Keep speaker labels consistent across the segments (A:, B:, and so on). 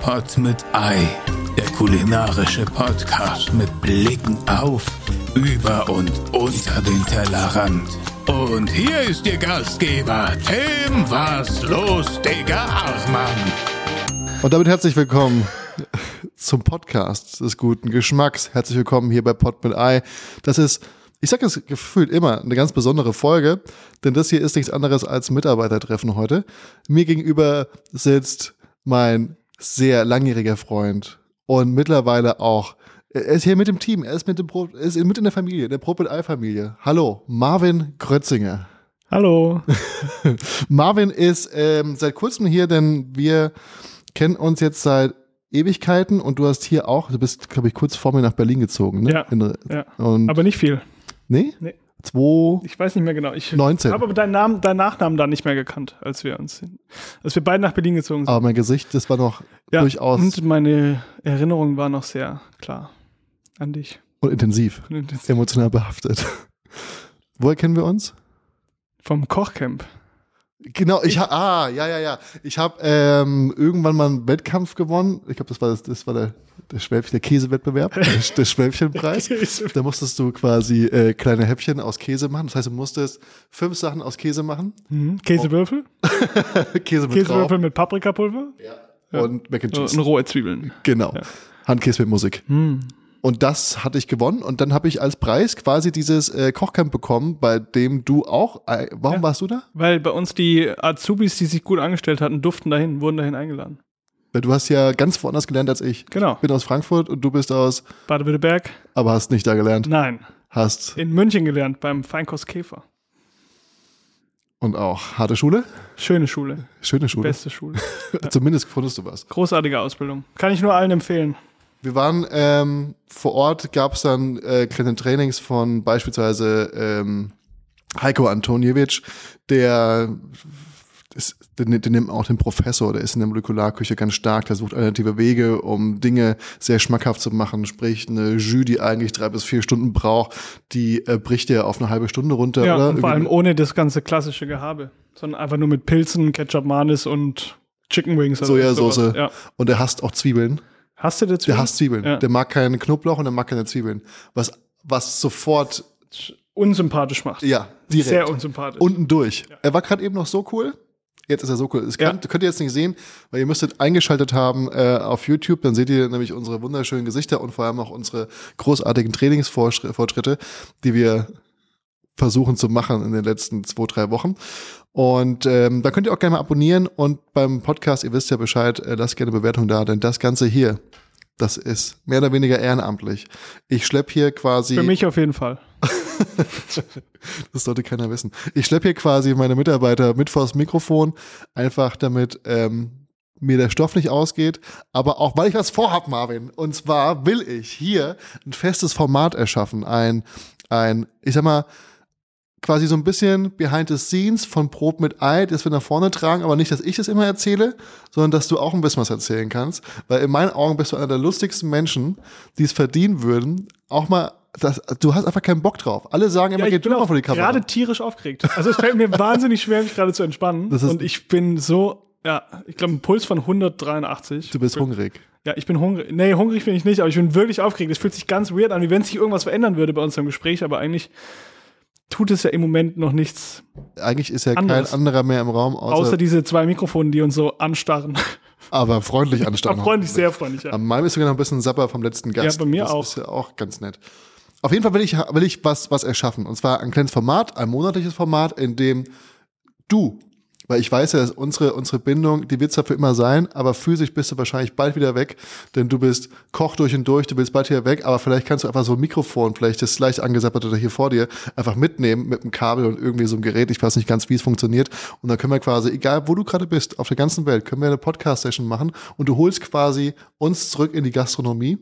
A: Pot mit Ei, der kulinarische Podcast mit Blicken auf, über und unter den Tellerrand. Und hier ist Ihr Gastgeber, Tim Was los, Digga Achmann.
B: Und damit herzlich willkommen zum Podcast des guten Geschmacks. Herzlich willkommen hier bei Pod mit Ei. Das ist, ich sage es gefühlt immer, eine ganz besondere Folge, denn das hier ist nichts anderes als Mitarbeitertreffen heute. Mir gegenüber sitzt mein sehr langjähriger Freund und mittlerweile auch, er ist hier mit dem Team, er ist mit, dem Brot, er ist mit in der Familie, der Brot mit Ei-Familie. Hallo, Marvin Grötzinger.
C: Hallo.
B: Marvin ist ähm, seit kurzem hier, denn wir kennen uns jetzt seit Ewigkeiten und du hast hier auch, du bist, glaube ich, kurz vor mir nach Berlin gezogen, ne?
C: Ja,
B: In,
C: ja.
B: Und,
C: Aber nicht viel.
B: nee?
C: Nee.
B: Zwei,
C: Ich weiß nicht mehr genau. Ich
B: 19.
C: habe aber deinen Namen, deinen Nachnamen da nicht mehr gekannt, als wir uns, als wir beide nach Berlin gezogen sind.
B: aber mein Gesicht, das war noch
C: Ja,
B: durchaus und,
C: Und meine Erinnerung war noch sehr klar an dich.
B: intensiv,
C: Und das-
B: emotional behaftet. Woher kennen wir uns?
C: Vom Kochcamp.
B: Genau, ich, ha- ah, ja, ja, ja. Ich habe ähm, irgendwann mal einen Wettkampf gewonnen. Ich glaube, das war das, das war der, der Schwäbchen, der Käsewettbewerb, der, Sch- der Schwäbchenpreis. Da musstest du quasi äh, kleine Häppchen aus Käse machen. Das heißt, du musstest fünf Sachen aus Käse machen.
C: Mhm. Käsewürfel.
B: Käse mit
C: Käsewürfel
B: Käsewürfel.
C: mit Paprikapulver.
B: Drauf und Mac and
C: So,
B: Cheese.
C: Und rohe Zwiebeln.
B: Genau. Hm. Handkäse mit Musik. Und das hatte ich gewonnen. Und dann habe ich als Preis quasi dieses äh, Kochcamp bekommen, bei dem du auch. Äh, warum warst du da?
C: Weil bei uns die Azubis, die sich gut angestellt hatten, durften dahin, wurden dahin eingeladen.
B: Weil Du hast ja ganz woanders gelernt als ich.
C: Genau.
B: Ich bin aus Frankfurt und du bist aus,
C: Baden-Württemberg?
B: aber hast nicht da gelernt.
C: Nein.
B: Hast
C: In München gelernt, beim Feinkost Käfer.
B: und auch harte Schule,
C: Schöne Schule.
B: schöne Schule.
C: Beste Schule.
B: Zumindest konntest du was.
C: Großartige Ausbildung. Kann ich nur allen empfehlen.
B: Wir waren ähm, vor Ort, gab es dann äh, kleine Trainings von beispielsweise ähm, Heiko Antoniewicz, der ist, den, den nimmt auch den Professor, der ist in der Molekularküche ganz stark, der sucht alternative Wege, um Dinge sehr schmackhaft zu machen, sprich eine Jus, die eigentlich drei bis vier Stunden braucht, die äh, bricht er auf eine halbe Stunde runter,
C: Ja,
B: oder?
C: und vor allem
B: Irgendwie-
C: ohne das ganze klassische Gehabe, sondern einfach nur mit Pilzen, Ketchup, Manis und Chicken Wings. oder
B: Sojasauce.
C: sowas. Ja.
B: und er hasst auch Zwiebeln.
C: Hast du das?
B: Der hasst Zwiebeln.
C: Mhm. Ja.
B: Der mag keinen Knoblauch und der mag keine Zwiebeln. Was, was sofort,
C: Unsympathisch macht.
B: ja, direkt.
C: Sehr unsympathisch.
B: unten durch. Er war gerade eben noch so cool. Jetzt ist er so cool. Das kann, könnt ihr jetzt nicht sehen, weil ihr müsstet eingeschaltet haben äh, auf YouTube. Dann seht ihr nämlich unsere wunderschönen Gesichter und vor allem auch unsere großartigen Trainingsfortschritte, die wir versuchen zu machen in den letzten zwei, drei Wochen. Und ähm, da könnt ihr auch gerne mal abonnieren und beim Podcast, ihr wisst ja Bescheid, äh, lasst gerne Bewertung da, denn das Ganze hier, das ist mehr oder weniger ehrenamtlich. Ich schlepp hier quasi.
C: Für mich auf jeden Fall.
B: Das sollte keiner wissen. Ich schleppe hier quasi meine Mitarbeiter mit vors Mikrofon, einfach damit ähm, mir der Stoff nicht ausgeht. Aber auch, weil ich was vorhab, Marvin. Und zwar will ich hier ein festes Format erschaffen. Ein, ein ich sag mal, quasi so ein bisschen behind the scenes von Brot mit Ei, das wir nach vorne tragen, aber nicht, dass ich das immer erzähle, sondern dass du auch ein bisschen was erzählen kannst, weil in meinen Augen bist du einer der lustigsten Menschen, die es verdienen würden, auch mal das, du hast einfach keinen Bock drauf. Alle sagen immer,
C: Ja,
B: geh du mal vor die Kamera.
C: gerade tierisch aufgeregt. Also es fällt mir wahnsinnig schwer, mich gerade zu entspannen.
B: Das ist-
C: und ich bin so, ja, ich glaube, ein Puls von 183.
B: du bist hungrig.
C: Ja, ich bin hungrig. Nee, hungrig bin ich nicht, aber ich bin wirklich aufgeregt. Es fühlt sich ganz weird an, wie wenn sich irgendwas verändern würde bei unserem Gespräch, aber eigentlich tut es ja im Moment noch nichts.
B: Eigentlich ist ja
C: Anderes.
B: kein anderer mehr im Raum,
C: Außer,
B: außer,
C: diese zwei Mikrofone, die uns so anstarren.
B: aber freundlich anstanden.
C: Aber freundlich, sehr freundlich, ja.
B: Am Mai bist du noch ein bisschen Sapper vom letzten Gast.
C: Ja, bei mir
B: das
C: auch.
B: ist ja auch ganz nett. Auf jeden Fall will ich, will ich was, was erschaffen. Und zwar ein kleines Format, ein monatliches Format, in dem du, weil ich weiß ja, dass unsere, unsere Bindung, die wird zwar für immer sein, aber physisch bist du wahrscheinlich bald wieder weg, denn du bist Koch durch und durch, du bist bald hier weg, aber vielleicht kannst du einfach so ein Mikrofon, vielleicht das leicht angesapperte hier vor dir, einfach mitnehmen mit einem Kabel und irgendwie so einem Gerät, ich weiß nicht ganz, wie es funktioniert, und dann können wir quasi, egal wo du gerade bist, auf der ganzen Welt, können wir eine Podcast-Session machen und du holst quasi uns zurück in die Gastronomie,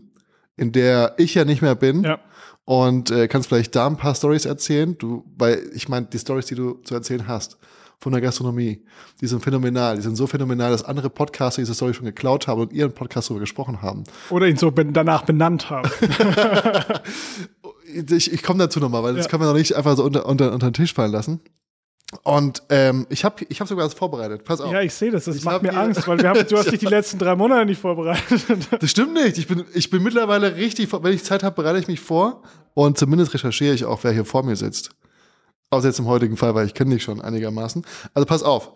B: in der ich ja nicht mehr bin
C: Ja.
B: und äh, kannst vielleicht da ein paar Stories erzählen, du, weil ich meine, die Stories, die du zu erzählen hast von der Gastronomie, die sind phänomenal, die sind so phänomenal, dass andere Podcaster diese Story schon geklaut haben und ihren Podcast darüber gesprochen haben.
C: Oder ihn so ben danach benannt haben.
B: Ich, ich komme dazu nochmal, weil das
C: Ja.
B: kann man doch nicht einfach so unter, unter, unter den Tisch fallen lassen. Und ähm, ich habe ich hab sogar was vorbereitet. Pass auf.
C: Ja, ich sehe das.
B: Genau.
C: Das
B: Ich hab
C: macht mir
B: hier-
C: Angst, weil wir haben, du hast dich die letzten drei Monate nicht vorbereitet.
B: Das stimmt nicht. Ich bin, ich bin mittlerweile richtig, vor- wenn ich Zeit habe, bereite ich mich vor und zumindest recherchiere ich auch, wer hier vor mir sitzt. Außer jetzt im heutigen Fall, weil ich kenne dich schon einigermaßen. Also pass auf.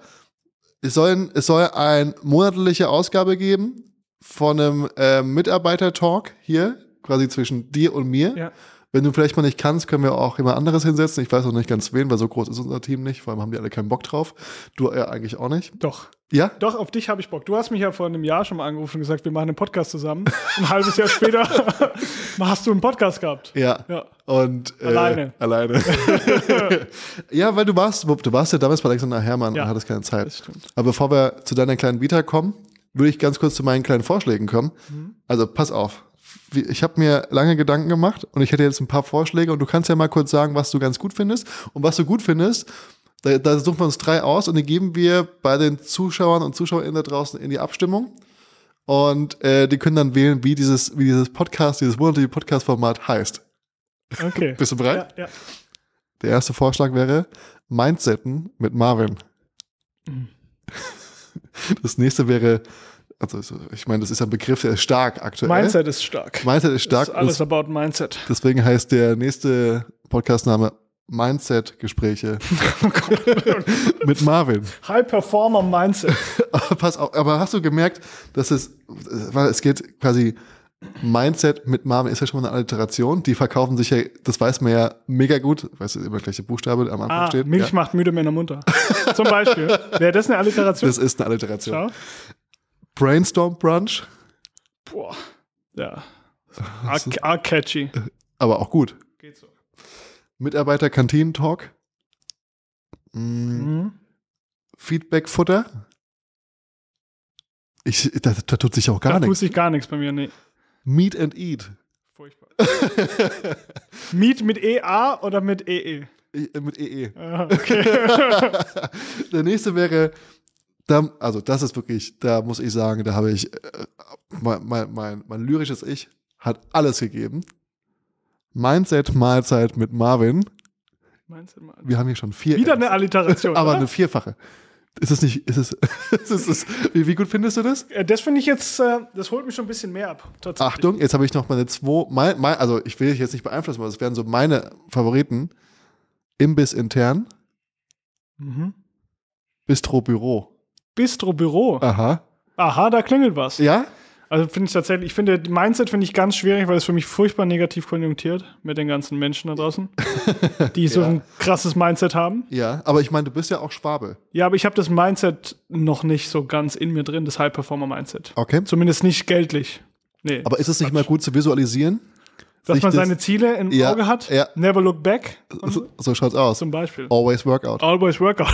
B: Es soll, es soll eine monatliche Ausgabe geben von einem äh, Mitarbeiter-Talk hier, quasi zwischen dir und mir.
C: Ja.
B: Wenn du vielleicht mal nicht kannst, können wir auch jemand anderes hinsetzen. Ich weiß noch nicht ganz wen, weil so groß ist unser Team nicht. Vor allem haben die alle keinen Bock drauf. Du ja eigentlich auch nicht.
C: Doch.
B: Ja?
C: Doch, auf dich habe ich Bock. Du hast mich ja vor einem Jahr schon mal angerufen und gesagt, wir machen einen Podcast zusammen. Ein halbes Jahr später hast du einen Podcast gehabt.
B: Ja.
C: Ja.
B: Und äh,
C: Alleine.
B: Alleine. ja, weil du warst, du warst ja damals bei Alexander Hermann
C: Ja,
B: und hattest keine Zeit.
C: das stimmt.
B: Aber bevor wir zu deiner kleinen Vita kommen, würde ich ganz kurz zu meinen kleinen Vorschlägen kommen.
C: Mhm.
B: Also pass auf. Wie- Ich habe mir lange Gedanken gemacht und ich hätte jetzt ein paar Vorschläge und du kannst ja mal kurz sagen, was du ganz gut findest. Und was du gut findest, da, da suchen wir uns drei aus und die geben wir bei den Zuschauern und Zuschauerinnen da draußen in die Abstimmung. Und äh, die können dann wählen, wie dieses, wie dieses Podcast, dieses monatliche Podcast-Format heißt.
C: Okay.
B: Bist du bereit?
C: ja, ja.
B: Der erste Vorschlag wäre Mindsetten mit Marvin.
C: Mhm.
B: Das nächste wäre, also ich meine, das ist ein Begriff, der ist stark aktuell.
C: Mindset ist stark.
B: Mindset ist stark.
C: ist alles
B: des-
C: about Mindset.
B: deswegen heißt der nächste Podcastname Mindset-Gespräche
C: Oh
B: mit Marvin.
C: High Performer Mindset.
B: Aber Pass auf, aber hast du gemerkt, dass es, weil es geht quasi Mindset mit Marvin ist ja schon mal eine Alliteration. Die verkaufen sich ja, das weiß man ja mega gut, weißt du, immer gleich der Buchstabe am Anfang
C: Ah,
B: steht.
C: Milch
B: ja.
C: macht müde Männer munter. Zum Beispiel. Wäre das eine Alliteration?
B: Das ist eine Alliteration.
C: Schau.
B: Brainstorm Brunch,
C: Boah. Ja. Ah, ah, catchy.
B: Äh. aber auch gut.
C: Geht so.
B: Mitarbeiter Kantinen Talk. Mm,
C: Mhm.
B: Feedback Futter. Ich, da, da tut sich auch
C: Da
B: gar
C: tut
B: nichts.
C: sich gar nichts bei mir. Nee.
B: Meet and Eat.
C: Furchtbar. Meet mit EA oder mit E EE?
B: Ich- äh, Mit EE.
C: Ah, okay.
B: Der nächste wäre, da, also das ist wirklich, da muss ich sagen, da habe ich, äh, mein, mein, mein, mein lyrisches Ich hat alles gegeben. Mindset Mahlzeit mit Marvin.
C: Meinst du mal?
B: Wir haben hier schon vier.
C: Wieder
B: Ms.
C: eine Alliteration.
B: aber
C: oder?
B: eine vierfache. Ist es nicht, ist es, ist es wie, wie gut findest du das?
C: Äh, Das finde ich jetzt, äh, das holt mich schon ein bisschen mehr ab. Tatsächlich.
B: Achtung, jetzt habe ich noch meine zwei, mein, mein, also ich will dich jetzt nicht beeinflussen, aber das wären so meine Favoriten. Imbiss intern,
C: Mhm.
B: Bistro Büro.
C: Bistro Büro.
B: Aha.
C: Aha, da klingelt was.
B: Ja?
C: Also finde ich tatsächlich, ich finde Mindset finde ich ganz schwierig, weil es für mich furchtbar negativ konjunktiert mit den ganzen Menschen da draußen, die so
B: Ja.
C: ein krasses Mindset haben.
B: Ja, aber ich meine, du bist ja auch Schwabe.
C: Ja, aber ich habe das Mindset noch nicht so ganz in mir drin, das High Performer Mindset.
B: Okay.
C: Zumindest nicht geldlich. Nee.
B: Aber ist es nicht mal gut zu visualisieren?
C: dass
B: nicht
C: man
B: das-
C: seine Ziele im
B: Ja,
C: Auge hat,
B: ja.
C: never look back und
B: So, so schaut's aus.
C: zum Beispiel.
B: Always Workout.
C: Always work out.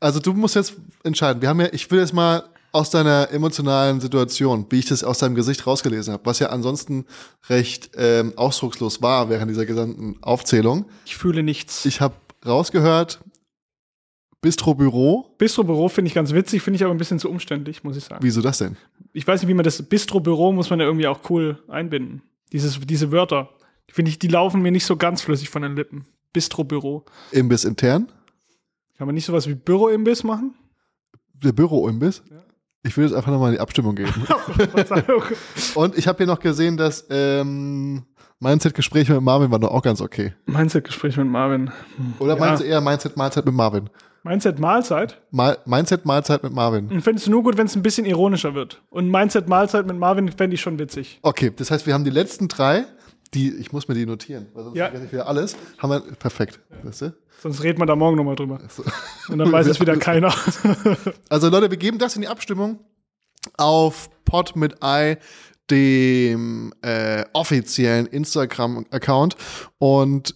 B: Also du musst jetzt entscheiden. Wir haben ja, ich will jetzt mal aus deiner emotionalen Situation, wie ich das aus deinem Gesicht rausgelesen habe, was ja ansonsten recht ähm, ausdruckslos war während dieser gesamten Aufzählung.
C: Ich fühle nichts.
B: Ich habe rausgehört, Bistro Büro.
C: Bistro-Büro finde ich ganz witzig, finde ich aber ein bisschen zu umständlich, muss ich sagen.
B: Wieso das denn?
C: Ich weiß nicht, wie man das Bistro-Büro muss man ja irgendwie auch cool einbinden. Dieses, diese Wörter, finde ich, die laufen mir nicht so ganz flüssig von den Lippen. Bistro-Büro.
B: Imbiss intern?
C: Kann man nicht sowas wie Büroimbiss machen?
B: Der Büroimbiss? Ich will jetzt einfach nochmal in die Abstimmung geben.
C: Verzeihung.
B: Und ich habe hier noch gesehen, dass ähm, Mindset-Gespräche mit Marvin waren doch auch ganz okay.
C: Mindset-Gespräch mit Marvin.
B: Oder
C: Ja.
B: meinst du eher Mindset-Mahlzeit mit Marvin?
C: Mindset-Mahlzeit?
B: Mal Mindset-Mahlzeit mit Marvin.
C: Und fändest du nur gut, wenn es ein bisschen ironischer wird. Und Mindset-Mahlzeit mit Marvin fände ich schon witzig.
B: Okay, das heißt, wir haben die letzten drei, die, ich muss mir die notieren, weil sonst
C: Ja.
B: vergesse ich wieder alles. Haben wir, perfekt, weißt du?
C: Sonst reden wir da morgen nochmal drüber. Und dann weiß es wieder keiner.
B: Also Leute, wir geben das in die Abstimmung auf Pod mit i dem äh, offiziellen Instagram-Account. Und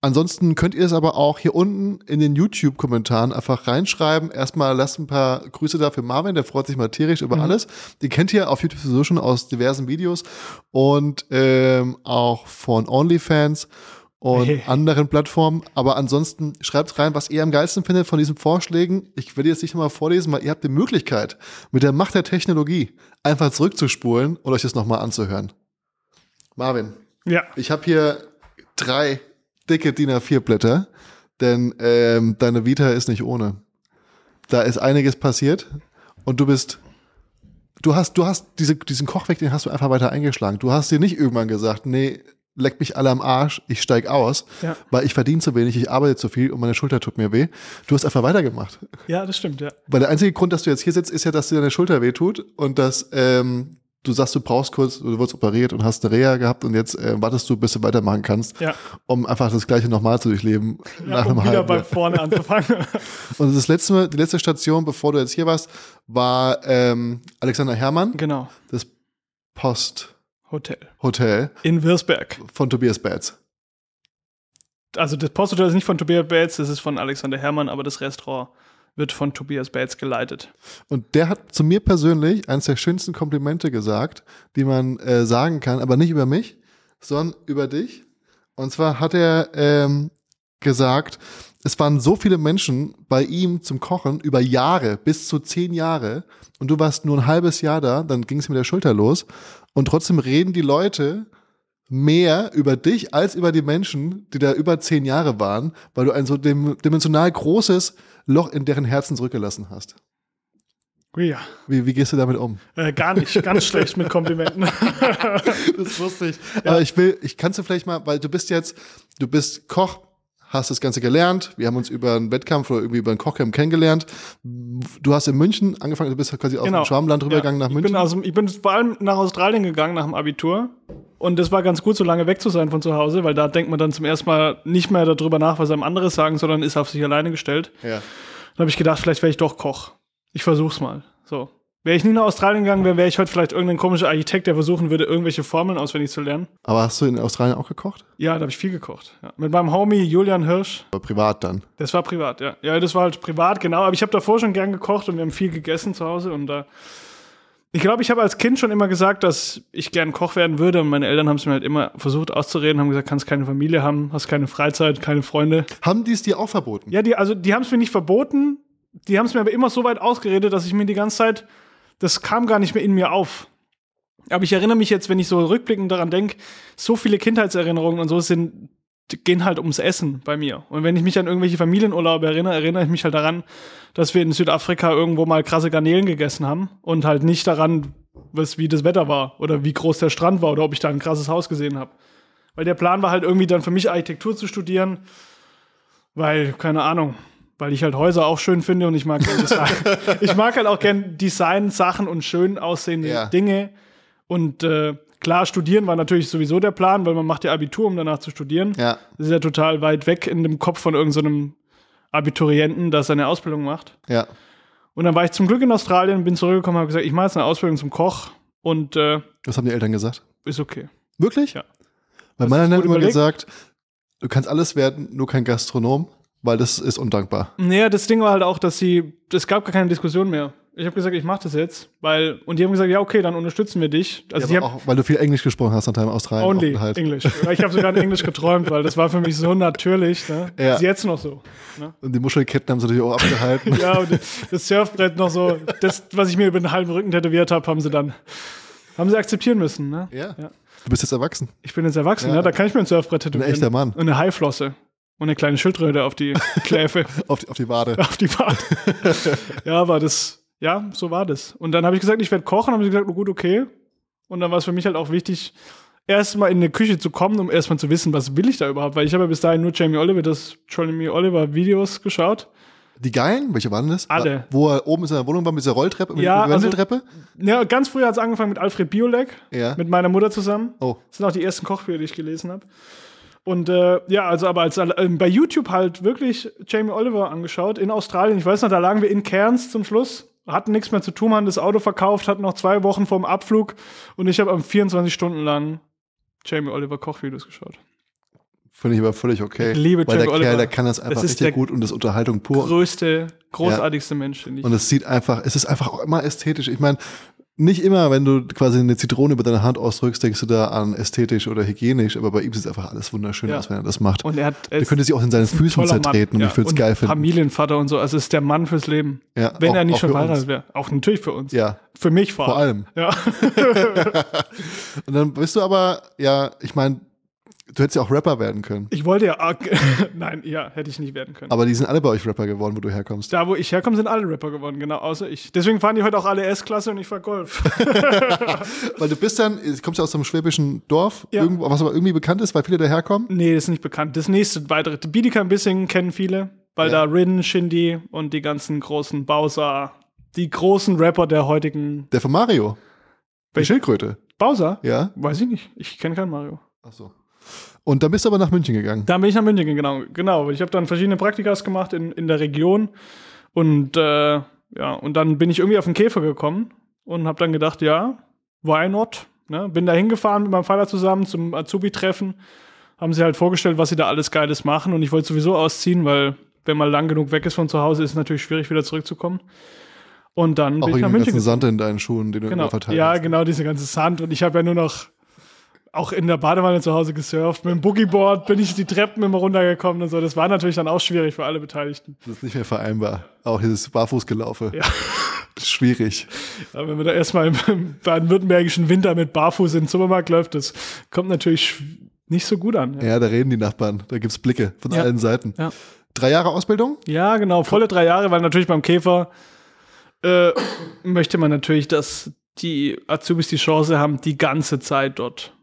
B: ansonsten könnt ihr es aber auch hier unten in den YouTube-Kommentaren einfach reinschreiben. Erstmal lasst ein paar Grüße da für Marvin, der freut sich mal tierisch über alles. Die kennt ihr auf YouTube sowieso schon aus diversen Videos und ähm, auch von OnlyFans und
C: Hey.
B: anderen Plattformen. Aber ansonsten schreibt rein, was ihr am geilsten findet von diesen Vorschlägen. Ich werde jetzt nicht nochmal vorlesen, weil ihr habt die Möglichkeit, mit der Macht der Technologie einfach zurückzuspulen und euch das nochmal anzuhören. Marvin,
C: ja.
B: ich habe hier drei dicke DIN A4 Blätter. denn ähm, deine Vita ist nicht ohne. Da ist einiges passiert und du bist, du hast, du hast diese, diesen Kochweg, den hast du einfach weiter eingeschlagen. Du hast dir nicht irgendwann gesagt, nee, leck mich alle am Arsch, ich steig aus,
C: Ja.
B: weil ich verdiene zu wenig, ich arbeite zu viel und meine Schulter tut mir weh. Du hast einfach weitergemacht.
C: Ja, das stimmt, ja.
B: Weil der einzige Grund, dass du jetzt hier sitzt, ist ja, dass dir deine Schulter wehtut und dass ähm, du sagst, du brauchst kurz, du wurdest operiert und hast eine Reha gehabt und jetzt äh, wartest du, bis du weitermachen kannst,
C: Ja.
B: um einfach das Gleiche nochmal zu durchleben
C: ja
B: nach
C: um
B: einem
C: wieder
B: halben
C: bei
B: Jahr.
C: vorne anzufangen.
B: Und das letzte, Mal- die letzte Station, bevor du jetzt hier warst, war ähm, Alexander Herrmann,
C: genau.
B: das Posthotel
C: Hotel. In Würzberg.
B: von Tobias Betz.
C: Also das Posthotel ist nicht von Tobias Bates, das ist von Alexander Herrmann, aber das Restaurant wird von Tobias Bates geleitet.
B: Und der hat zu mir persönlich eines der schönsten Komplimente gesagt, die man äh, sagen kann, aber nicht über mich, sondern über dich. Und zwar hat er ähm, gesagt, es waren so viele Menschen bei ihm zum Kochen über Jahre, bis zu zehn Jahre. Und du warst nur ein halbes Jahr da, dann ging es mit der Schulter los. Und trotzdem reden die Leute mehr über dich als über die Menschen, die da über zehn Jahre waren, weil du ein so dim dimensional großes Loch in deren Herzen zurückgelassen hast.
C: Ja.
B: Wie, wie gehst du damit um?
C: Äh, gar nicht, ganz schlecht mit Komplimenten.
B: Das wusste ich. Aber ich will, ich kannst du vielleicht mal, weil du bist jetzt, du bist Koch, hast das Ganze gelernt. Wir haben uns über einen Wettkampf oder irgendwie über einen Kochcamp kennengelernt. Du hast in München angefangen, du bist quasi aus dem Schwabenland rübergegangen
C: Genau. Ja.
B: nach München.
C: Ich bin, aus, dem- ich bin vor allem nach Australien gegangen nach dem Abitur. Und das war ganz gut, so lange weg zu sein von zu Hause, weil da denkt man dann zum ersten Mal nicht mehr darüber nach, was einem andere sagen, sondern ist auf sich alleine gestellt.
B: ja.
C: Dann habe ich gedacht, vielleicht wäre ich doch Koch. Ich versuch's mal. So. Wäre ich nie nach Australien gegangen, wäre wär ich heute vielleicht irgendein komischer Architekt, der versuchen würde, irgendwelche Formeln auswendig zu lernen.
B: Aber hast du in Australien auch gekocht?
C: Ja, da habe ich viel gekocht. Ja. Mit meinem Homie Julian Hirsch.
B: Aber privat dann.
C: Das war privat, ja. Ja, das war halt privat, genau. Aber ich habe davor schon gern gekocht und wir haben viel gegessen zu Hause. Und da. Ich glaube, ich habe als Kind schon immer gesagt, dass ich gern Koch werden würde. Und meine Eltern haben es mir halt immer versucht auszureden, haben gesagt, kannst keine Familie haben, hast keine Freizeit, keine Freunde.
B: Haben die es dir auch verboten?
C: Ja, die, also die haben es mir nicht verboten, die haben es mir aber immer so weit ausgeredet, dass ich mir die ganze Zeit, das kam gar nicht mehr in mir auf. Aber ich erinnere mich jetzt, wenn ich so rückblickend daran denke, so viele Kindheitserinnerungen und so sind, die gehen halt ums Essen bei mir. Und wenn ich mich an irgendwelche Familienurlaube erinnere, erinnere ich mich halt daran, dass wir in Südafrika irgendwo mal krasse Garnelen gegessen haben und halt nicht daran, was, wie das Wetter war oder wie groß der Strand war oder ob ich da ein krasses Haus gesehen habe. Weil der Plan war halt irgendwie dann für mich Architektur zu studieren, weil, keine Ahnung, weil ich halt Häuser auch schön finde und ich mag gern Design. ich mag halt auch gern Design, Sachen und schön aussehende
B: Ja.
C: Dinge. Und äh, klar, studieren war natürlich sowieso der Plan, weil man macht ja Abitur, um danach zu studieren.
B: Ja.
C: Das ist ja total weit weg in dem Kopf von irgendeinem so einem Abiturienten, der seine Ausbildung macht.
B: Ja.
C: Und dann war ich zum Glück in Australien, bin zurückgekommen, habe gesagt, ich mache jetzt eine Ausbildung zum Koch und äh,
B: Was haben die Eltern gesagt?
C: ist okay.
B: Wirklich?
C: Ja.
B: Weil
C: Hast du's
B: meine Eltern
C: gut
B: haben immer
C: überlegt?
B: gesagt, du kannst alles werden, nur kein Gastronom, weil das ist undankbar.
C: Naja, das Ding war halt auch, dass sie, es gab gar keine Diskussion mehr. Ich habe gesagt, ich mache das jetzt, weil, und die haben gesagt, ja, okay, dann unterstützen wir dich. Also die
B: ja,
C: haben,
B: aber auch, weil du viel Englisch gesprochen hast an deinem
C: Only
B: Australien-Aufenthalt.
C: Englisch. Ich habe sogar in Englisch geträumt, weil das war für mich so natürlich. Ne?
B: Ja.
C: Ist jetzt noch so. Ne?
B: Und die Muschelketten haben sie natürlich auch abgehalten.
C: Ja, und das Surfbrett noch so, das, was ich mir über den halben Rücken tätowiert habe, haben sie dann, haben sie akzeptieren müssen. Ne?
B: Ja.
C: Ja.
B: Du bist jetzt erwachsen.
C: Ich bin jetzt erwachsen,
B: Ja.
C: ne? da kann ich mir ein Surfbrett tätowieren.
B: echter Mann.
C: Und eine Haiflosse. Und eine kleine Schildröte auf die Kläfe,
B: Auf die, auf die Wade.
C: auf die Fahrt. ja, aber das, ja, so war das. Und dann habe ich gesagt, ich werde kochen. Haben sie gesagt, oh gut, okay. Und dann war es für mich halt auch wichtig, erstmal in eine Küche zu kommen, um erstmal zu wissen, was will ich da überhaupt. Weil ich habe ja bis dahin nur Jamie Oliver, das Jamie Oliver Videos geschaut.
B: Die geilen, welche waren das?
C: Alle.
B: Wo er oben in seiner Wohnung war mit dieser Rolltreppe, mit
C: Ja, also
B: der Wendeltreppe?
C: Ja, ganz früh hat es angefangen mit Alfred Biolek,
B: Ja.
C: mit meiner Mutter zusammen.
B: Oh.
C: Das sind auch die ersten Kochbücher, die ich gelesen habe. Und äh, ja, also aber als ähm, bei YouTube halt wirklich Jamie Oliver angeschaut in Australien. Ich weiß noch, da lagen wir in Cairns zum Schluss, hatten nichts mehr zu tun, haben das Auto verkauft, hatten noch zwei Wochen vorm Abflug und ich habe am 24 Stunden lang Jamie Oliver Kochvideos geschaut.
B: Finde ich aber völlig okay.
C: Ich liebe
B: Weil der
C: Jamie
B: Kerl,
C: Oliver.
B: der kann das einfach
C: Das ist der
B: richtig gut und das ist Unterhaltung pur.
C: Größte, großartigste Mensch, den ich.
B: Und es sieht einfach, es ist einfach auch immer ästhetisch. Ich meine, nicht immer, wenn du quasi eine Zitrone über deine Hand ausdrückst, denkst du da an ästhetisch oder hygienisch, aber bei ihm sieht es einfach alles wunderschön
C: Ja.
B: aus, wenn er das macht.
C: Und er hat.
B: Er könnte sie auch in seinen Füßen zertreten und ich würde es geil finden.
C: Familienvater und so. Also es ist der Mann fürs Leben.
B: Ja,
C: Wenn
B: auch-
C: er nicht
B: auch
C: schon
B: für uns.
C: verheiratet wäre. Auch natürlich für uns.
B: Ja.
C: Für mich vor,
B: Vor allem.
C: Ja.
B: Und dann bist du aber, ja, ich meine, Du hättest ja auch Rapper werden können.
C: Ich wollte ja. arg- Nein, ja, hätte ich nicht werden können.
B: Aber die sind alle bei euch Rapper geworden, wo du herkommst.
C: Da, wo ich herkomme, sind alle Rapper geworden, genau, außer ich. Deswegen fahren die heute auch alle S-Klasse und ich fahr Golf.
B: Weil du bist dann, du kommst ja aus einem schwäbischen Dorf,
C: Ja. Mhm.
B: irgendwo, was aber irgendwie bekannt ist, weil viele daherkommen.
C: nee, das ist nicht bekannt. Das nächste weitere. Bietigheim Bissingen kennen viele, weil
B: Ja.
C: da Rin, Shindy und die ganzen großen Bowser, die großen Rapper der heutigen.
B: Der von Mario. Die
C: Wel-
B: Schildkröte,
C: Bowser?
B: ja.
C: Weiß ich nicht. Ich kenne keinen Mario.
B: Ach so. Und dann bist du aber nach München gegangen.
C: Dann bin ich nach München gegangen, genau. genau. Ich habe dann verschiedene Praktikas gemacht in, in der Region. Und äh, ja, und dann bin ich irgendwie auf den Käfer gekommen und habe dann gedacht, ja, why not? Ne? Bin da hingefahren mit meinem Vater zusammen zum Azubi-Treffen. Haben sie halt vorgestellt, was sie da alles Geiles machen. Und ich wollte sowieso ausziehen, weil wenn man lang genug weg ist von zu Hause, ist es natürlich schwierig, wieder zurückzukommen. Und dann
B: Auch
C: bin ich
B: wegen
C: nach
B: dem
C: München
B: ganzen Sand in deinen Schuhen, den du
C: Genau.
B: immer verteilt
C: Ja,
B: hast.
C: genau, diese ganze Sand. Und ich habe ja nur noch auch in der Badewanne zu Hause gesurft. Mit dem Boogieboard bin ich die Treppen immer runtergekommen und so. Das war natürlich dann auch schwierig für alle Beteiligten.
B: Das ist nicht mehr vereinbar. Auch dieses Barfußgelaufe.
C: Ja.
B: Das ist Schwierig.
C: Aber wenn man da erstmal im, im baden-württembergischen Winter mit Barfuß in den Supermarkt läuft, das kommt natürlich sch- nicht so gut an. Ja,
B: Ja, da reden die Nachbarn. Da gibt's Blicke von
C: Ja.
B: allen Seiten.
C: Ja.
B: Drei Jahre Ausbildung?
C: ja genau. Volle drei Jahre, weil natürlich beim Käfer äh, möchte man natürlich, dass die Azubis die Chance haben, die ganze Zeit dort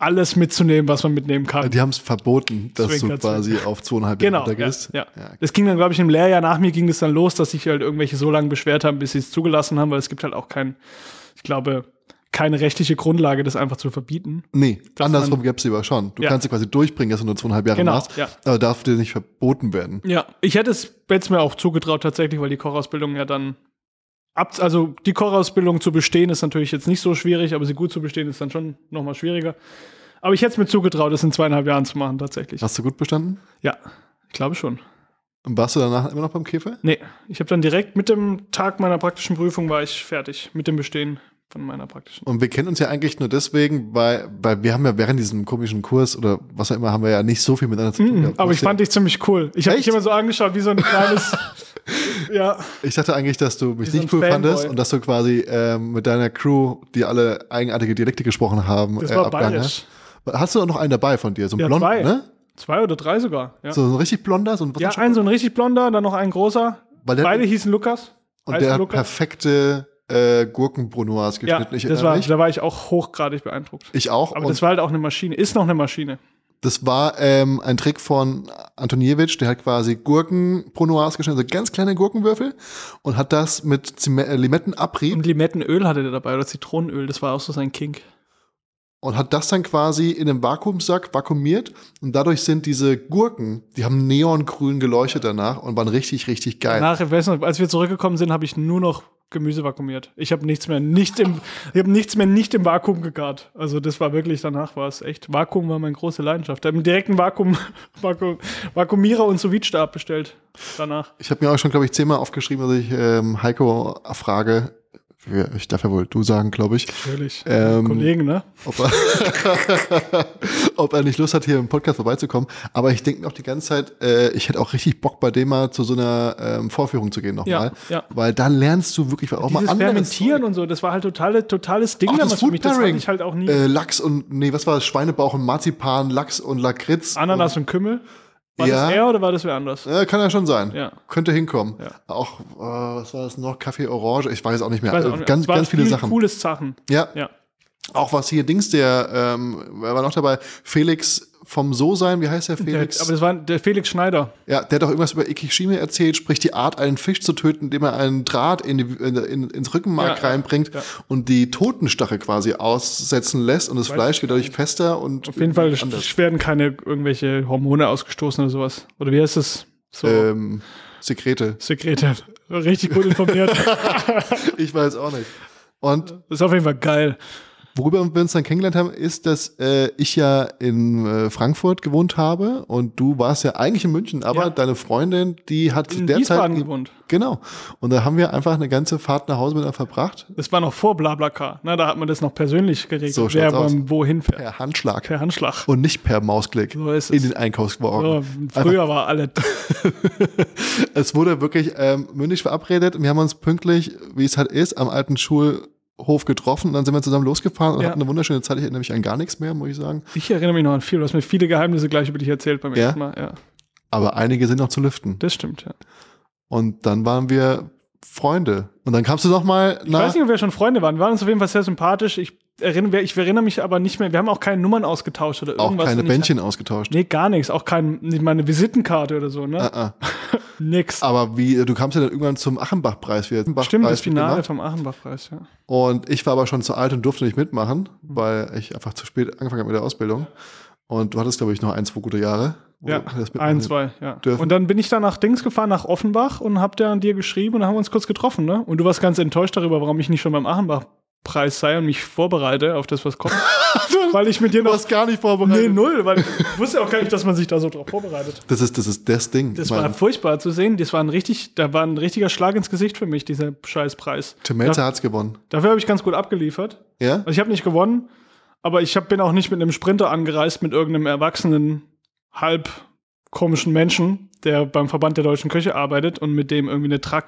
C: alles mitzunehmen, was man mitnehmen kann.
B: Die haben es verboten, dass
C: Zwinker,
B: du quasi auf zweieinhalb
C: Genau.
B: Jahre
C: Ja,
B: gehst.
C: ja.
B: Ja.
C: Das ging dann, glaube ich, im Lehrjahr nach mir ging das dann los, dass sich halt irgendwelche so lange beschwert haben, bis sie es zugelassen haben, weil es gibt halt auch kein, ich glaube, keine rechtliche Grundlage, das einfach zu verbieten.
B: Nee,
C: Dass
B: andersrum
C: man-
B: gäbe es die aber schon. Du
C: Ja.
B: kannst sie quasi durchbringen, dass du nur zweieinhalb Jahre
C: Genau,
B: machst,
C: ja.
B: aber darf dir nicht verboten werden.
C: Ja, ich hätte es jetzt mir auch zugetraut tatsächlich, weil die Kochausbildung ja dann ab, also die Kochausbildung zu bestehen ist natürlich jetzt nicht so schwierig, aber sie gut zu bestehen ist dann schon nochmal schwieriger. Aber ich hätte es mir zugetraut, das in zweieinhalb Jahren zu machen tatsächlich.
B: Hast du gut bestanden?
C: Ja, ich glaube schon.
B: Und warst du danach immer noch beim Käfer?
C: Nee, ich habe dann direkt mit dem Tag meiner praktischen Prüfung war ich fertig mit dem Bestehen von meiner praktischen.
B: Und wir kennen uns ja eigentlich nur deswegen, weil, weil wir haben ja während diesem komischen Kurs oder was auch immer, haben wir ja nicht so viel miteinander zu tun
C: Mhm,
B: gehabt.
C: aber ich fand dich ziemlich cool. Ich habe dich
B: Echt?
C: immer so angeschaut, wie so ein kleines. ja,
B: Ich dachte eigentlich, dass du mich
C: Wie so
B: nicht
C: ein
B: cool fandest
C: Fanboy.
B: und dass du quasi ähm, mit deiner Crew, die alle eigenartige Dialekte gesprochen haben,
C: das war
B: abgehandelt
C: bayerisch.
B: hast. Hast du auch noch einen dabei von dir? So ein
C: Ja,
B: Blond,
C: zwei.
B: ne?
C: Zwei oder drei sogar. Ja,
B: So, so ein richtig blonder, so ein
C: ja ein so ein richtig blonder, dann noch ein großer.
B: Weil der-
C: Beide hießen Lukas.
B: Und
C: Heißt
B: der hat
C: Lukas.
B: perfekte äh, halt Gurkenbrunoise
C: ja,
B: geschnitten. ich
C: das
B: erinnere
C: war,
B: mich.
C: da war ich auch hochgradig beeindruckt.
B: Ich auch.
C: Aber
B: und
C: das war halt auch eine Maschine. Ist noch eine Maschine.
B: Das war ähm, ein Trick von Antoniewicz, der hat quasi Gurkenbrunoise geschnitten, so ganz kleine Gurkenwürfel und hat das mit Zime äh, Limettenabrieb
C: Und Limettenöl hatte der dabei oder Zitronenöl. Das war auch so sein Kink.
B: und hat das dann quasi in einem Vakuumsack vakuumiert und dadurch sind diese Gurken, die haben neongrün geleuchtet danach und waren richtig, richtig geil.
C: Nach, ich weiß noch, als wir zurückgekommen sind, habe ich nur noch Gemüse vakuumiert. Ich habe nichts mehr nicht im, ich habe nichts mehr nicht im Vakuum gegart. Also das war wirklich danach war es echt. Vakuum war meine große Leidenschaft. Ich habe einen direkten Vakuum, Vakuum Vakuumierer und sous stab bestellt danach.
B: Ich habe mir auch schon, glaube ich, zehnmal aufgeschrieben, dass ich ähm, Heiko frage, wir- ich darf ja wohl du sagen, glaube ich,
C: Natürlich.
B: Ähm,
C: Kollegen, ne?
B: ob er, ob er nicht Lust hat, hier im Podcast vorbeizukommen. Aber ich denke mir auch die ganze Zeit, äh, ich hätte auch richtig Bock, bei dem mal zu so einer ähm, Vorführung zu gehen
C: Ja,
B: nochmal.
C: ja.
B: Weil da lernst du wirklich auch mal
C: Dieses
B: anderes.
C: Fermentieren und so, das war halt totale, totales Ding
B: Auch das
C: damals für
B: Food
C: mich. Das hatte
B: Pairing.
C: ich halt auch nie.
B: Äh, Lachs und, nee, was war das? Schweinebauch und Marzipan, Lachs und Lakritz.
C: Ananas und Kümmel. War
B: Ja.
C: das er oder war das wer anders?
B: Und, äh, kann ja schon sein.
C: Ja.
B: Könnte hinkommen.
C: Ja.
B: Auch, äh, was war das noch? Kaffee Orange? Ich weiß auch nicht mehr.
C: Ich weiß auch
B: Äh,
C: nicht.
B: Ganz,
C: Es waren
B: ganz viele
C: viel
B: Sachen.
C: Cooles Sachen.
B: Ja.
C: Ja.
B: Auch was hier Dings, der, ähm, wer war noch dabei? Felix vom So sein, wie heißt der
C: Der,
B: Felix?
C: aber das war der Felix Schneider.
B: Ja, der hat doch irgendwas über Ikishime erzählt, sprich die Art, einen Fisch zu töten, indem er einen Draht in die, in, in, ins Rückenmark
C: Ja, ja,
B: reinbringt
C: ja.
B: und die Totenstache quasi aussetzen lässt und das Fleisch wird dadurch fester und
C: Auf jeden Fall sch-
B: anders.
C: werden keine irgendwelche Hormone ausgestoßen oder sowas. Oder wie heißt es? So
B: Ähm, Sekrete.
C: Sekrete. Richtig gut informiert.
B: Ich weiß auch nicht. Und
C: das ist auf jeden Fall geil.
B: worüber wir uns dann kennengelernt haben, ist, dass äh, ich ja in äh, Frankfurt gewohnt habe und du warst ja eigentlich in München, aber
C: Ja.
B: deine Freundin, die hat
C: In
B: derzeit
C: Wiesbaden gewohnt.
B: genau. Und da haben wir einfach eine ganze Fahrt nach Hause mit ihr verbracht
C: Das war noch vor Blablacar. Na, da hat man das noch persönlich geregelt,
B: So
C: wer
B: schaut's aus.
C: wann wohin fährt.
B: per Handschlag.
C: Per Handschlag.
B: und nicht per Mausklick
C: So ist
B: in
C: es.
B: den
C: So,
B: Einkaufswagen.
C: früher war alle.
B: Es wurde wirklich ähm, mündig verabredet und wir haben uns pünktlich, wie es halt ist, am alten Schul Hof getroffen und dann sind wir zusammen losgefahren und
C: Ja.
B: hatten eine wunderschöne Zeit. Ich erinnere mich an gar nichts mehr, muss ich sagen.
C: Ich erinnere mich noch an viel. Du hast mir viele Geheimnisse gleich über dich erzählt beim
B: Ja?
C: ersten Mal. Ja,
B: Aber einige sind noch zu lüften.
C: das stimmt. Ja.
B: Und dann waren wir Freunde. Und dann kamst du noch mal
C: Ich
B: nach.
C: weiß nicht, ob wir schon Freunde waren. Wir waren uns auf jeden Fall sehr sympathisch. Ich erinnere, ich erinnere mich aber nicht mehr. Wir haben auch keine Nummern ausgetauscht oder
B: auch
C: irgendwas.
B: keine
C: Und ich-
B: Bändchen ausgetauscht.
C: Nee, gar nichts. Auch kein, nicht mal eine Visitenkarte oder so, ne?
B: Ah, ah.
C: Nix.
B: Aber wie, du kamst ja dann irgendwann zum Achenbach-Preis wieder.
C: Stimmt, das
B: Achenbach-Preis
C: Finale
B: mitgemacht.
C: vom Achenbach-Preis, ja.
B: Und ich war aber schon zu alt und durfte nicht mitmachen,
C: Mhm.
B: weil ich einfach zu spät angefangen habe mit der Ausbildung. Und du hattest, glaube ich, noch ein, zwei gute Jahre. wo
C: Ja,
B: du das mitmachen
C: ein, zwei, ja.
B: dürfen.
C: Und dann bin ich da nach Dings gefahren, nach Offenbach und hab da an dir geschrieben und dann haben wir uns kurz getroffen, ne? Und du warst ganz enttäuscht darüber, warum ich nicht schon beim Achenbach-Preis sei und mich vorbereite auf das, was kommt. weil ich mit dir
B: Du
C: noch.
B: warst gar nicht
C: Nee,
B: vorbereitet.
C: null, weil ich wusste auch gar nicht, dass man sich da so drauf vorbereitet.
B: Das ist das, ist das Ding.
C: Das
B: Ich meine,
C: war furchtbar zu sehen. Das war ein richtig, da war ein richtiger Schlag ins Gesicht für mich, dieser Scheißpreis.
B: Tim Melzer hat's gewonnen.
C: Dafür habe ich ganz gut abgeliefert.
B: Ja?
C: Also ich habe nicht gewonnen, aber ich hab, bin auch nicht mit einem Sprinter angereist, mit irgendeinem erwachsenen, halb komischen Menschen, der beim Verband der deutschen Köche arbeitet und mit dem irgendwie eine Truck,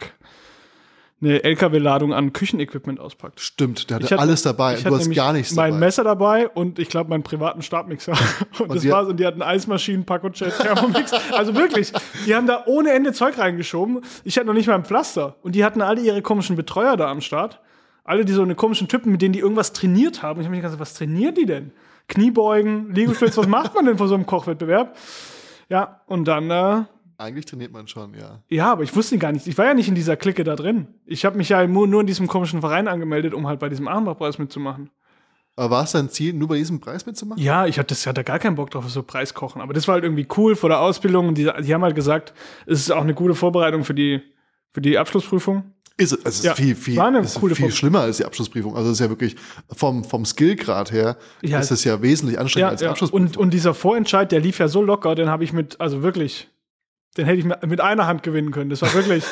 C: eine LKW-Ladung an Küchenequipment auspackt.
B: Stimmt, der hatte,
C: Ich
B: Ne,
C: hatte-
B: alles dabei.
C: Ich
B: Du
C: hatte
B: hast
C: nämlich
B: gar nichts
C: Mein
B: dabei.
C: Messer dabei und ich glaube meinen privaten Stabmixer. Und, das
B: die-
C: war's. Und die hatten Eismaschinen, Packungsjet, Thermomix. also wirklich, die haben da ohne Ende Zeug reingeschoben. Ich hatte noch nicht mal ein Pflaster. Und die hatten alle ihre komischen Betreuer da am Start. Alle die so eine komischen Typen, mit denen die irgendwas trainiert haben. Ich habe mich gedacht, was trainieren die denn? Kniebeugen, Liegestütz, was macht man denn vor so einem Kochwettbewerb? Ja, und dann äh,
B: Eigentlich trainiert man schon, ja.
C: ja, aber ich wusste gar nicht. Ich war ja nicht in dieser Clique da drin. Ich habe mich ja nur, nur in diesem komischen Verein angemeldet, um halt bei diesem Armbachpreis mitzumachen.
B: Aber war es dein Ziel, nur bei diesem Preis mitzumachen?
C: Ja, ich hatte, ich hatte gar keinen Bock drauf, auf so Preiskochen. Aber das war halt irgendwie cool vor der Ausbildung. Und die, die haben halt gesagt, es ist auch eine gute Vorbereitung für die, für die Abschlussprüfung.
B: Ist, es- es ist
C: Ja,
B: viel, viel,
C: war eine
B: es ist
C: coole
B: viel
C: Vor-
B: schlimmer als die Abschlussprüfung. Also es ist ja wirklich vom, vom Skillgrad her
C: Ja.
B: ist es ja wesentlich anstrengender
C: Ja,
B: als die
C: ja.
B: Abschlussprüfung.
C: Und, und dieser Vorentscheid, der lief ja so locker, den habe ich mit, also wirklich, den hätte ich mit, mit einer Hand gewinnen können. Das war wirklich,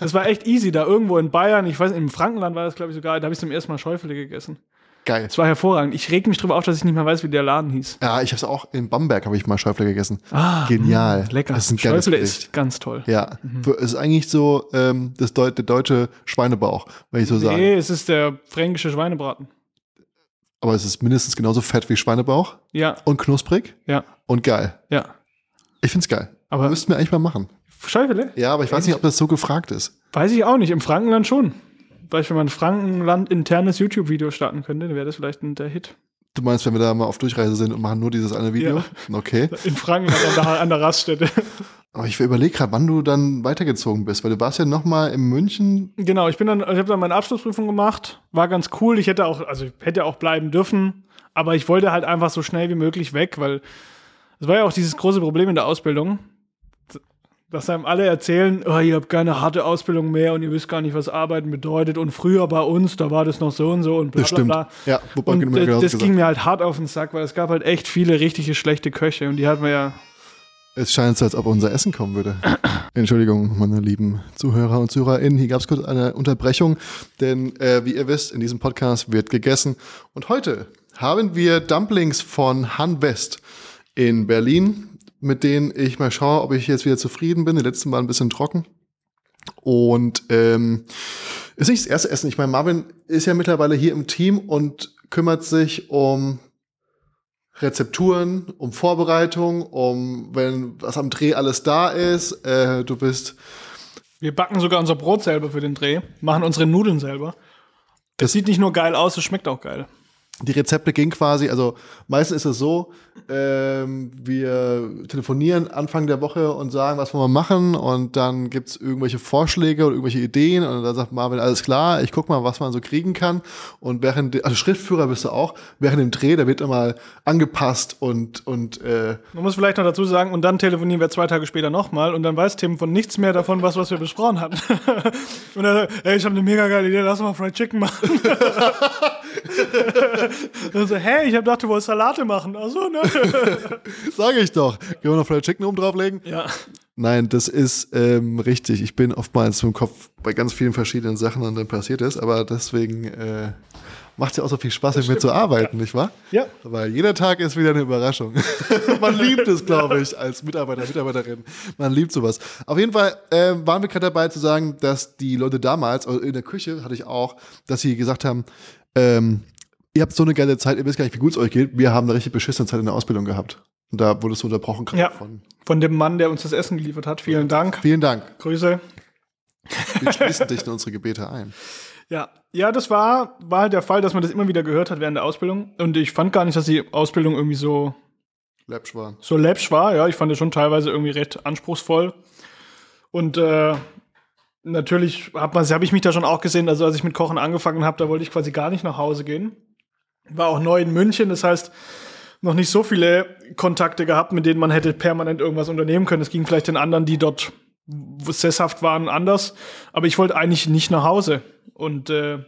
C: das war echt easy. Da irgendwo in Bayern, ich weiß nicht, im Frankenland war das, glaube ich, sogar, da habe ich zum ersten Mal Schäufele gegessen.
B: Geil.
C: Das war hervorragend. Ich reg mich drüber auf, dass ich nicht mehr weiß, wie der Laden hieß.
B: Ja, ich habe es auch in Bamberg habe ich mal Schäufle gegessen.
C: Ah,
B: Genial.
C: Lecker.
B: Äh, Das ist ein geiles
C: Schäufele
B: Gericht.
C: ist Mhm. ganz toll.
B: Ja, Für- es ist eigentlich so ähm, das Deu der deutsche Schweinebauch, wenn ich so
C: nee,
B: sage.
C: es ist der fränkische Schweinebraten.
B: Aber es ist mindestens genauso fett wie Schweinebauch
C: Ja,
B: und knusprig
C: ja,
B: und geil.
C: ja.
B: Ich find's geil.
C: Aber-
B: Müssten wir eigentlich mal machen.
C: Schäufele?
B: Ja, aber ich weiß nicht, ob das so gefragt ist.
C: Weiß ich auch nicht. Im Frankenland schon. Vielleicht, wenn man ein Frankenland-internes YouTube-Video starten könnte, dann wäre das vielleicht ein, der Hit.
B: Du meinst, wenn wir da mal auf Durchreise sind und machen nur dieses eine Video? Okay.
C: In Frankenland an der, an der Raststätte.
B: Aber ich überlege gerade, wann du dann weitergezogen bist, weil du warst ja noch mal in München.
C: genau, ich bin dann, ich habe dann meine Abschlussprüfung gemacht. War ganz cool. Ich hätte auch, also ich hätte auch bleiben dürfen. Aber ich wollte halt einfach so schnell wie möglich weg, weil es war ja auch dieses große Problem in der Ausbildung. Dass einem alle erzählen, oh, ihr habt keine harte Ausbildung mehr und ihr wisst gar nicht, was Arbeiten bedeutet. Und früher bei uns, da war das noch so und so und bla bla bla.
B: Ja, wobei
C: Und
B: mir
C: das,
B: genauso
C: das
B: gesagt.
C: ging mir halt hart auf den Sack, weil es gab halt echt viele richtige schlechte Köche und die hatten wir ja.
B: Es scheint so, als ob unser Essen kommen würde. Entschuldigung, meine lieben Zuhörer und ZuhörerInnen, hier gab es kurz eine Unterbrechung, denn äh, wie ihr wisst, in diesem Podcast wird gegessen. Und heute haben wir Dumplings von Han West in Berlin, mit denen ich mal schaue, ob ich jetzt wieder zufrieden bin. Die letzten waren ein bisschen trocken. Und ähm, ist nicht das erste Essen. Ich meine, Marvin ist ja mittlerweile hier im Team und kümmert sich um Rezepturen, um Vorbereitung, um wenn was am Dreh alles da ist. Äh, du bist.
C: Wir backen sogar unser Brot selber für den Dreh, machen unsere Nudeln selber. Das sieht nicht nur geil aus, es schmeckt auch geil.
B: Die Rezepte gehen quasi, also meistens ist es so, ähm, wir telefonieren Anfang der Woche und sagen, was wollen wir machen und dann gibt's irgendwelche Vorschläge oder irgendwelche Ideen und dann sagt Marvin, alles klar, ich guck mal, was man so kriegen kann und während, de- also Schriftführer bist du auch, während dem Dreh, da wird immer angepasst und, und äh,
C: Man muss vielleicht noch dazu sagen, und dann telefonieren wir zwei Tage später nochmal und dann weiß Tim von nichts mehr davon, was, was wir besprochen hatten. und dann sagt, er, ey, ich habe eine mega geile Idee, lass mal Fried Chicken machen. und so, hey, ich habe gedacht, du wolltest Salate machen. Achso, ne?
B: sage ich doch, können wir noch Fried Chicken oben drauflegen?
C: ja.
B: Nein, das ist ähm, richtig. Ich bin oftmals im Kopf bei ganz vielen verschiedenen Sachen und dann passiert es, aber deswegen äh, Macht ja auch so viel Spaß, mit mir zu arbeiten, nicht wahr?
C: Ja.
B: Weil jeder Tag ist wieder eine Überraschung. Man liebt es, glaube ich, als Mitarbeiter, Mitarbeiterin. Man liebt sowas. Auf jeden Fall äh, waren wir gerade dabei zu sagen, dass die Leute damals, also in der Küche hatte ich auch, dass sie gesagt haben, ähm, ihr habt so eine geile Zeit, ihr wisst gar nicht, wie gut es euch geht. Wir haben eine richtig beschissene Zeit in der Ausbildung gehabt. Und da wurdest du unterbrochen gerade
C: Ja.
B: von.
C: Von dem Mann, der uns das Essen geliefert hat. Vielen Dank.
B: Vielen Dank.
C: Grüße.
B: Wir schließen dich in unsere Gebete ein.
C: Ja, ja, das war, war halt der Fall, dass man das immer wieder gehört hat während der Ausbildung. Und ich fand gar nicht, dass die Ausbildung irgendwie so,
B: Läppschwan.
C: so läppsch war. Ja, ich fand es schon teilweise irgendwie recht anspruchsvoll. Und äh, natürlich habe hab ich mich da schon auch gesehen, also als ich mit Kochen angefangen habe, da wollte ich quasi gar nicht nach Hause gehen. War auch neu in München, das heißt, noch nicht so viele Kontakte gehabt, mit denen man hätte permanent irgendwas unternehmen können. Es ging vielleicht den anderen, die dort w- sesshaft waren, anders. Aber ich wollte eigentlich nicht nach Hause. Und äh,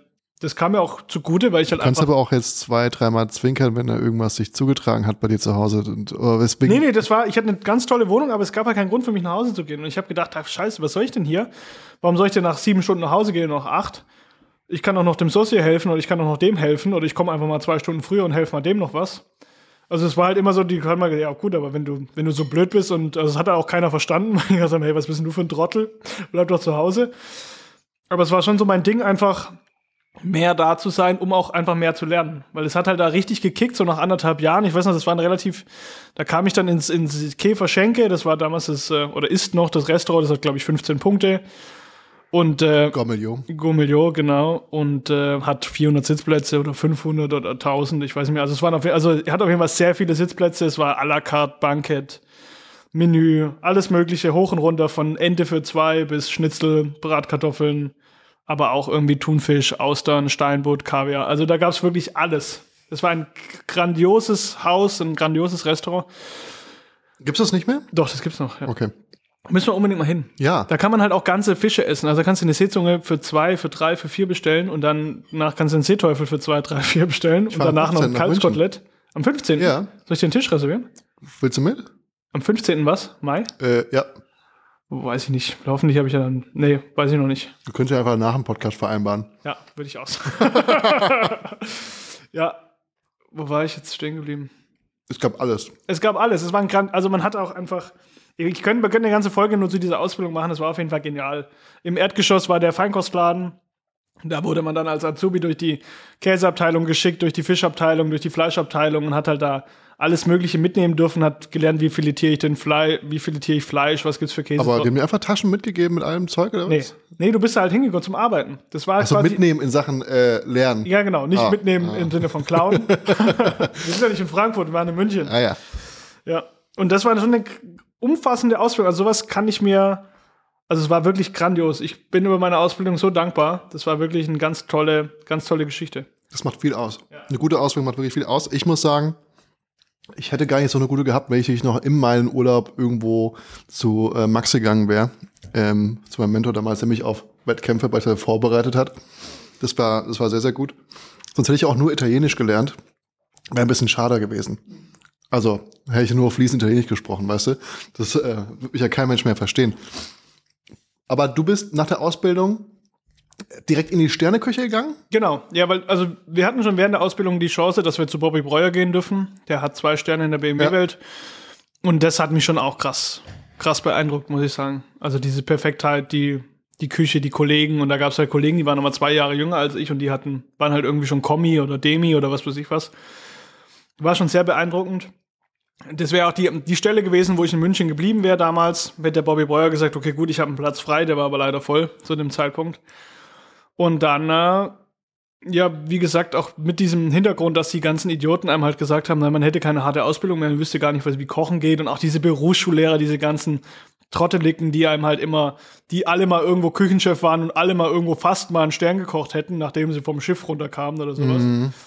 C: das kam mir auch zugute, weil ich halt
B: Du kannst
C: einfach.
B: aber auch jetzt zwei, dreimal zwinkern, wenn da irgendwas sich zugetragen hat bei dir zu Hause. Und, oder weswegen
C: Nee, nee, das war, ich hatte eine ganz tolle Wohnung, aber es gab ja keinen Grund für mich nach Hause zu gehen. Und ich habe gedacht, ach, scheiße, was soll ich denn hier? Warum soll ich denn nach sieben Stunden nach Hause gehen, nach acht? Ich kann doch noch dem Sossi helfen oder ich kann doch noch dem helfen oder ich komme einfach mal zwei Stunden früher und helfe mal dem noch was. Also es war halt immer so, die haben mal gesagt, ja gut, aber wenn du, wenn du so blöd bist und also das hat auch keiner verstanden, weil die gesagt haben, hey, was bist denn du für ein Trottel? Bleib doch zu Hause. Aber es war schon so mein Ding, einfach mehr da zu sein, um auch einfach mehr zu lernen. Weil es hat halt da richtig gekickt, so nach anderthalb Jahren. Ich weiß noch, das war ein relativ, da kam ich dann ins, ins Käfer Schenke, das war damals das, äh, oder ist noch das Restaurant, das hat, glaube ich, 15 Punkte. Und äh,
B: Gommelion.
C: Gourmillot, genau, und äh, hat 400 Sitzplätze oder 500 oder 1000, ich weiß nicht mehr. Also es waren auf, jeden- also er hat auf jeden Fall sehr viele Sitzplätze. Es war à la carte, Bankett, Menü, alles Mögliche, hoch und runter von Ente für zwei bis Schnitzel, Bratkartoffeln, aber auch irgendwie Thunfisch, Austern, Steinbutt, Kaviar. Also da gab es wirklich alles. Es war ein grandioses Haus, ein grandioses Restaurant.
B: Gibt's das nicht mehr?
C: Doch, das gibt's noch. Ja.
B: Okay.
C: Müssen wir unbedingt mal hin.
B: Ja.
C: Da kann man halt auch ganze Fische essen. Also da kannst du eine Seezunge für zwei, für drei, für vier bestellen und dann nach kannst du einen Seeteufel für zwei, drei, vier bestellen und
B: war am
C: danach noch ein
B: 15. nach München.
C: Kalbskotelett. Am 15.
B: Ja.
C: Soll ich den Tisch reservieren?
B: Willst du mit?
C: Am 15. was? Mai?
B: Äh, ja.
C: Weiß ich nicht. Hoffentlich habe ich ja dann. Nee, weiß ich noch nicht.
B: Du könntest ja einfach nach dem Podcast vereinbaren.
C: Ja, würde ich aus. ja. Wo war ich jetzt stehen geblieben?
B: Es gab alles.
C: Es gab alles. Es war ein Grand, also man hat auch einfach. Ich können, wir können eine ganze Folge nur zu dieser Ausbildung machen. Das war auf jeden Fall genial. Im Erdgeschoss war der Feinkostladen. Da wurde man dann als Azubi durch die Käseabteilung geschickt, durch die Fischabteilung, durch die Fleischabteilung und hat halt da alles Mögliche mitnehmen dürfen, hat gelernt, wie filetiere ich denn Fleisch, wie filetiere ich Fleisch, was gibt's für Käse.
B: Aber die haben dir einfach Taschen mitgegeben mit allem Zeug oder
C: nee.
B: was?
C: nee, du bist da halt hingegangen zum Arbeiten. Das war
B: Also mitnehmen in Sachen äh, Lernen.
C: Ja, genau, nicht
B: Ah,
C: mitnehmen im Sinne von klauen. wir sind ja nicht in Frankfurt, wir waren in München.
B: Ah ja.
C: Ja, und das war schon eine umfassende Ausbildung. Also sowas kann ich mir, also es war wirklich grandios. Ich bin über meine Ausbildung so dankbar. Das war wirklich eine ganz tolle, ganz tolle Geschichte.
B: Das macht viel aus. Eine gute Ausbildung macht wirklich viel aus. Ich muss sagen, ich hätte gar nicht so eine gute gehabt, wenn ich nicht noch in meinen Urlaub irgendwo zu äh, Max gegangen wäre. Ähm, zu meinem Mentor damals, der mich auf Wettkämpfe bei der vorbereitet hat. Das war, das war sehr, sehr gut. Sonst hätte ich auch nur Italienisch gelernt. Wäre ein bisschen schade gewesen. Also hätte ich nur fließend Italienisch gesprochen, weißt du? Das äh, würde mich ja kein Mensch mehr verstehen. Aber du bist nach der Ausbildung direkt in die Sterneküche gegangen?
C: Genau, ja, weil, also wir hatten schon während der Ausbildung die Chance, dass wir zu Bobby Breuer gehen dürfen. Der hat zwei Sterne in der BMW-Welt. Und das hat mich schon auch krass, krass beeindruckt, muss ich sagen. Also diese Perfektheit, die, die Küche, die Kollegen. Und da gab es halt Kollegen, die waren nochmal zwei Jahre jünger als ich und die hatten, waren halt irgendwie schon Kommi oder Demi oder was weiß ich was. War schon sehr beeindruckend. Das wäre auch die, die Stelle gewesen, wo ich in München geblieben wäre damals. Hätte der Bobby Breuer gesagt, okay, gut, ich habe einen Platz frei, der war aber leider voll zu dem Zeitpunkt. Und dann, äh, ja, wie gesagt, auch mit diesem Hintergrund, dass die ganzen Idioten einem halt gesagt haben, nein, man hätte keine harte Ausbildung mehr, man wüsste gar nicht, was wie Kochen geht. Und auch diese Berufsschullehrer, diese ganzen Trottelicken, die einem halt immer, die alle mal irgendwo Küchenchef waren und alle mal irgendwo fast mal einen Stern gekocht hätten, nachdem sie vom Schiff runterkamen oder sowas.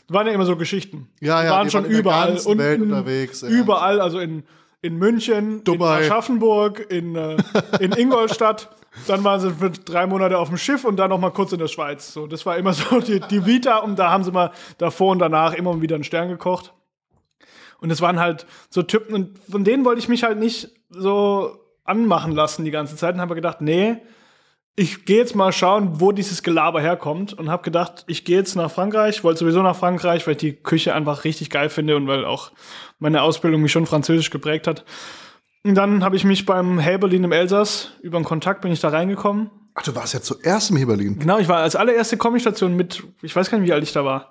C: Das waren ja immer so Geschichten.
B: Mhm. Ja,
C: die
B: ja,
C: waren
B: die
C: schon
B: waren in der
C: überall
B: ganzen Welt unterwegs, ja.
C: Überall, also in, in München,
B: Dubai.
C: in Aschaffenburg, in, äh, in Ingolstadt. dann waren sie für drei Monate auf dem Schiff und dann noch mal kurz in der Schweiz. So, das war immer so die, die Vita und da haben sie mal davor und danach immer wieder einen Stern gekocht. Und es waren halt so Typen und von denen wollte ich mich halt nicht so anmachen lassen die ganze Zeit und habe gedacht, nee, ich gehe jetzt mal schauen, wo dieses Gelaber herkommt und habe gedacht, ich gehe jetzt nach Frankreich, wollte sowieso nach Frankreich, weil ich die Küche einfach richtig geil finde und weil auch meine Ausbildung mich schon französisch geprägt hat. Und dann habe ich mich beim Häberlin im Elsass, über einen Kontakt bin ich da reingekommen.
B: Ach, du warst ja zuerst im Heberlin.
C: Genau, ich war als allererste Comicstation mit, ich weiß gar nicht, wie alt ich da war.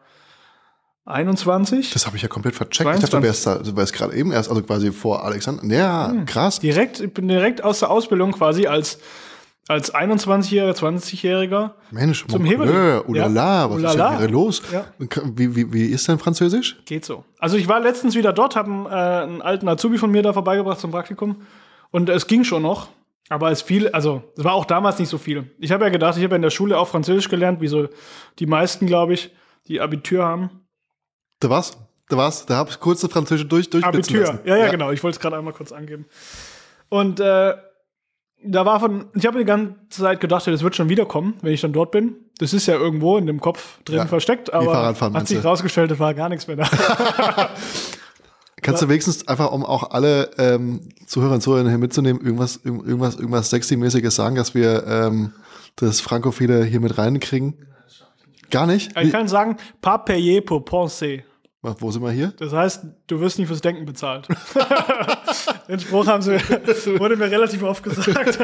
C: 21?
B: Das habe ich ja komplett vercheckt. Ich dachte, du
C: 22.
B: wärst, da, du wärst gerade eben erst, also quasi vor Alexander. Ja,
C: Hm.
B: krass.
C: direkt, ich bin direkt aus der Ausbildung quasi als, als 21-Jähriger, 20-Jähriger.
B: Mensch,
C: Zum
B: Heberlin.
C: Heberlin.
B: Ulala,
C: Ja,
B: was ist denn
C: ulala.
B: hier los?
C: Ja.
B: Wie, wie, wie ist dein Französisch?
C: Geht so. Also ich war letztens wieder dort, habe einen, äh, einen alten Azubi von mir da vorbeigebracht zum Praktikum und es ging schon noch, aber es fiel, also es war auch damals nicht so viel. Ich habe ja gedacht, ich habe ja in der Schule auch Französisch gelernt, wie so die meisten, glaube ich, die Abitur haben.
B: Da war's. Da war's. Da hab's kurze Französische durch, durchblitzen
C: Abitur,
B: lassen.
C: ja, ja, genau. Ich wollte es gerade einmal kurz angeben. Und äh, da war von, ich habe die ganze Zeit gedacht, ja, das wird schon wiederkommen, wenn ich dann dort bin. Das ist ja irgendwo in dem Kopf drin
B: Ja,
C: versteckt, aber
B: Fahrradfahren
C: hat
B: meinst
C: sich
B: du?
C: rausgestellt, es war gar nichts mehr da.
B: Kannst du wenigstens einfach, um auch alle ähm, Zuhörer und Zuhörerinnen hier mitzunehmen, irgendwas, irg- irgendwas, irgendwas sexy-mäßiges sagen, dass wir ähm, das Frankophile hier mit reinkriegen? Gar nicht?
C: ich
B: Wie,
C: kann sagen, pas payer pour penser.
B: wo sind wir hier?
C: Das heißt, du wirst nicht fürs Denken bezahlt. Den Spruch haben sie, wurde mir relativ oft gesagt.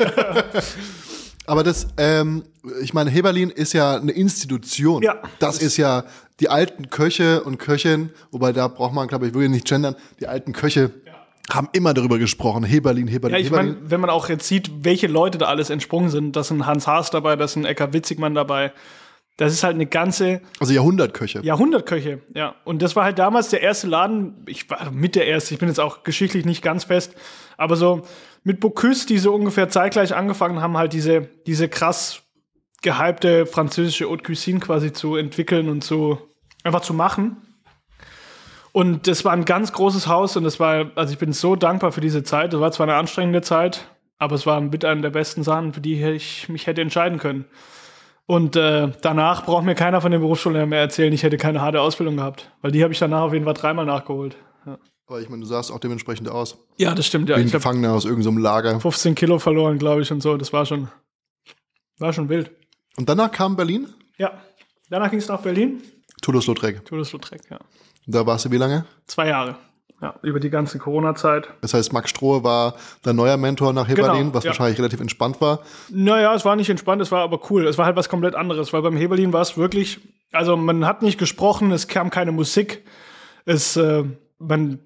B: Aber das, ähm, ich meine, Heberlin ist ja eine Institution.
C: Ja.
B: Das ist ja die alten Köche und Köchinnen, wobei da braucht man, glaube ich, wirklich nicht gendern, die alten Köche haben immer darüber gesprochen, Heberlin, Heberlin,
C: Ja, ich
B: Heberlin.
C: meine, wenn man auch jetzt sieht, welche Leute da alles entsprungen sind, da ist ein Hans Haas dabei, da ist ein Ecker Witzigmann dabei. Das ist halt eine ganze
B: Also Jahrhundertköche.
C: Jahrhundertköche, ja. Und das war halt damals der erste Laden, ich war also mit der erste, ich bin jetzt auch geschichtlich nicht ganz fest, aber so mit Bocuse, die so ungefähr zeitgleich angefangen haben, halt diese, diese krass gehypte französische Haute Cuisine quasi zu entwickeln und zu, einfach zu machen. Und das war ein ganz großes Haus und das war, also ich bin so dankbar für diese Zeit. Das war zwar eine anstrengende Zeit, aber es war mit einer der besten Sachen, für die ich mich hätte entscheiden können. Und äh, danach braucht mir keiner von den Berufsschulen mehr erzählen, ich hätte keine harte Ausbildung gehabt. Weil die habe ich danach auf jeden Fall dreimal nachgeholt.
B: Aber ich meine, du sahst auch dementsprechend aus.
C: Ja, das stimmt, ja.
B: Wie ein
C: Ich habe
B: Gefangener aus irgendeinem Lager.
C: 15 Kilo verloren, glaube ich, und so. Das war schon, war schon wild.
B: Und danach kam Berlin,
C: Ja. Danach ging es nach Berlin.
B: Toulouse-Lautrec.
C: Toulouse-Lautrec, ja.
B: Da warst du wie lange?
C: Zwei Jahre. Ja, über die ganze Corona-Zeit.
B: Das heißt, Max Strohe war dein neuer Mentor nach Heberlin,
C: Genau,
B: was
C: ja.
B: wahrscheinlich relativ entspannt war.
C: Naja, es war nicht entspannt, es war aber cool. Es war halt was komplett anderes, weil beim Heberlin war es wirklich, also man hat nicht gesprochen, es kam keine Musik, es, äh, man,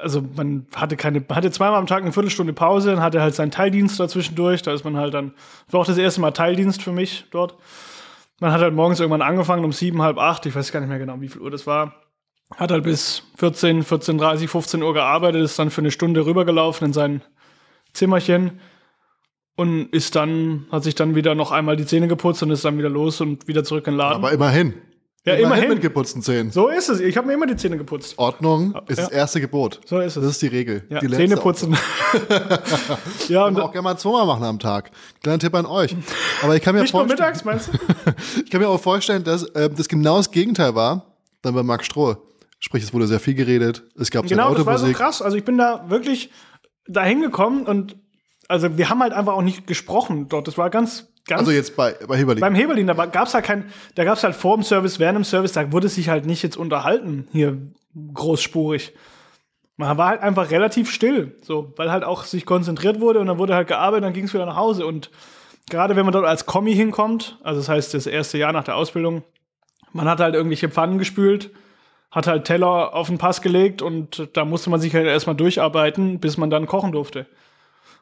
C: also man hatte keine, hatte zweimal am Tag eine Viertelstunde Pause, dann hatte halt seinen Teildienst dazwischendurch, da ist man halt dann, war auch das erste Mal Teildienst für mich dort. Man hat halt morgens irgendwann angefangen um sieben, halb acht, ich weiß gar nicht mehr genau, wie viel Uhr das war. Hat halt bis 14, 14.30, 15 Uhr gearbeitet, ist dann für eine Stunde rübergelaufen in sein Zimmerchen und ist dann, hat sich dann wieder noch einmal die Zähne geputzt und ist dann wieder los und wieder zurück in den Laden.
B: Aber immerhin.
C: ja, immerhin.
B: mit geputzten Zähnen.
C: so ist es. Ich habe mir immer die Zähne geputzt.
B: Ordnung ist
C: Ah,
B: das
C: Ja.
B: erste Gebot.
C: So ist
B: Das
C: es.
B: ist die Regel.
C: Ja,
B: die letzte
C: Zähne putzen. ja, und
B: Auch, auch gerne mal zweimal machen am Tag. Kleiner Tipp an euch. Aber ich kann mir,
C: nicht nur
B: vorstellen,
C: mittags, meinst du?
B: ich kann mir auch vorstellen, dass ähm, das genau das Gegenteil war, dann bei Max Strohe. Sprich, es wurde sehr viel geredet, es gab
C: genau,
B: sehr
C: das war
B: laute
C: so
B: Musik.
C: krass. Also ich bin da wirklich da hingekommen und also wir haben halt einfach auch nicht gesprochen dort. Das war ganz, ganz
B: Also jetzt bei, bei Heberlin.
C: Beim Heberlin, da gab es halt kein, da gab es halt vor dem Service, während dem Service, da wurde sich halt nicht jetzt unterhalten, hier großspurig. Man war halt einfach relativ still, so, weil halt auch sich konzentriert wurde und dann wurde halt gearbeitet, dann ging es wieder nach Hause. Und gerade wenn man dort als Kommi hinkommt, also das heißt das erste Jahr nach der Ausbildung, man hat halt irgendwelche Pfannen gespült, hat halt Teller auf den Pass gelegt und da musste man sich halt erstmal durcharbeiten, bis man dann kochen durfte.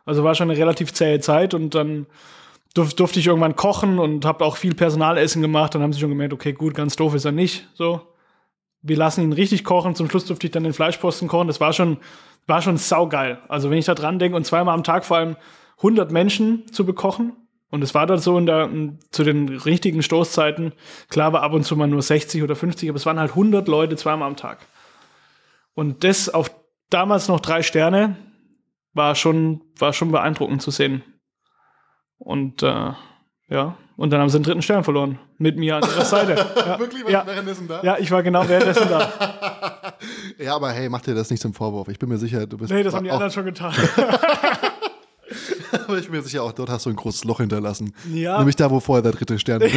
C: Also war schon eine relativ zähe Zeit und dann durf, durfte ich irgendwann kochen und habe auch viel Personalessen gemacht. Dann haben sie schon gemerkt, okay, gut, ganz doof ist er nicht. So, wir lassen ihn richtig kochen. Zum Schluss durfte ich dann den Fleischposten kochen. Das war schon, war schon saugeil. Also wenn ich da dran denke und zweimal am Tag vor allem 100 Menschen zu bekochen. Und es war dann so in der, in- zu den richtigen Stoßzeiten. Klar war ab und zu mal nur 60 oder 50, aber es waren halt 100 Leute zweimal am Tag. Und das auf damals noch drei Sterne war schon, war schon beeindruckend zu sehen. Und äh, ja, und dann haben sie den dritten Stern verloren. Mit mir an ihrer Seite. Ja,
B: Wirklich,
C: ja.
B: währenddessen da? Ja.
C: ja ich war genau währenddessen da.
B: aber hey, mach dir das nicht zum Vorwurf. Ich bin mir sicher, du bist
C: Nee, das haben die
B: auch,
C: anderen schon getan.
B: Aber ich bin mir sicher, auch dort hast du ein großes Loch hinterlassen.
C: Ja.
B: Nämlich da, wo vorher der dritte Stern ist.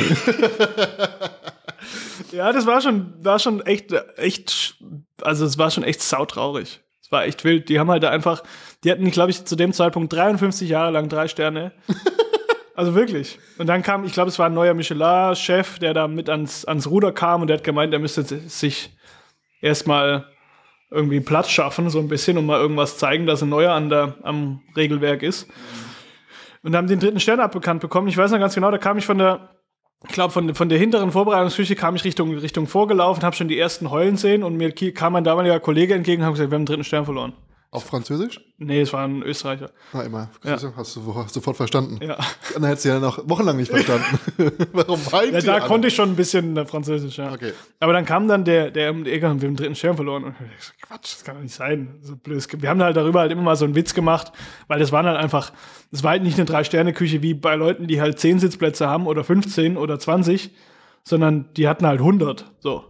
C: Ja, das war schon, war schon echt, echt, also es war schon echt sautraurig. Es war echt wild. Die haben halt da einfach, die hatten, glaube ich, zu dem Zeitpunkt 53 Jahre lang drei Sterne. Also wirklich. Und dann kam, ich glaube, es war ein neuer Michelin-Chef, der da mit ans, ans Ruder kam und der hat gemeint, er müsste sich erstmal irgendwie Platz schaffen, so ein bisschen, und mal irgendwas zeigen, dass ein neuer an der, am Regelwerk ist. Und haben den dritten Stern abbekannt bekommen. Ich weiß noch ganz genau, da kam ich von der, ich glaube, von, von der hinteren Vorbereitungsküche kam ich Richtung, Richtung vorgelaufen, habe schon die ersten heulen sehen und mir ki- kam mein damaliger Kollege entgegen und hat gesagt, wir haben den dritten Stern verloren.
B: Auf Französisch?
C: Nee, es war ein Österreicher.
B: Na, immer. Hast du hast du sofort verstanden.
C: Ja.
B: Dann hättest du ja noch wochenlang nicht verstanden. Warum weint
C: Ja,
B: ihr
C: da
B: alle?
C: konnte ich schon ein bisschen äh, Französisch, ja.
B: Also Okay.
C: Aber dann kam dann der, der um die Ecke und wir haben den dritten Stern verloren. Und ich so, Quatsch, das kann doch nicht sein. So blöd. Wir haben halt darüber halt immer mal so einen Witz gemacht, weil das waren halt einfach, das war halt nicht eine Drei-Sterne-Küche wie bei Leuten, die halt zehn Sitzplätze haben oder 15 oder 20, sondern die hatten halt 100. So.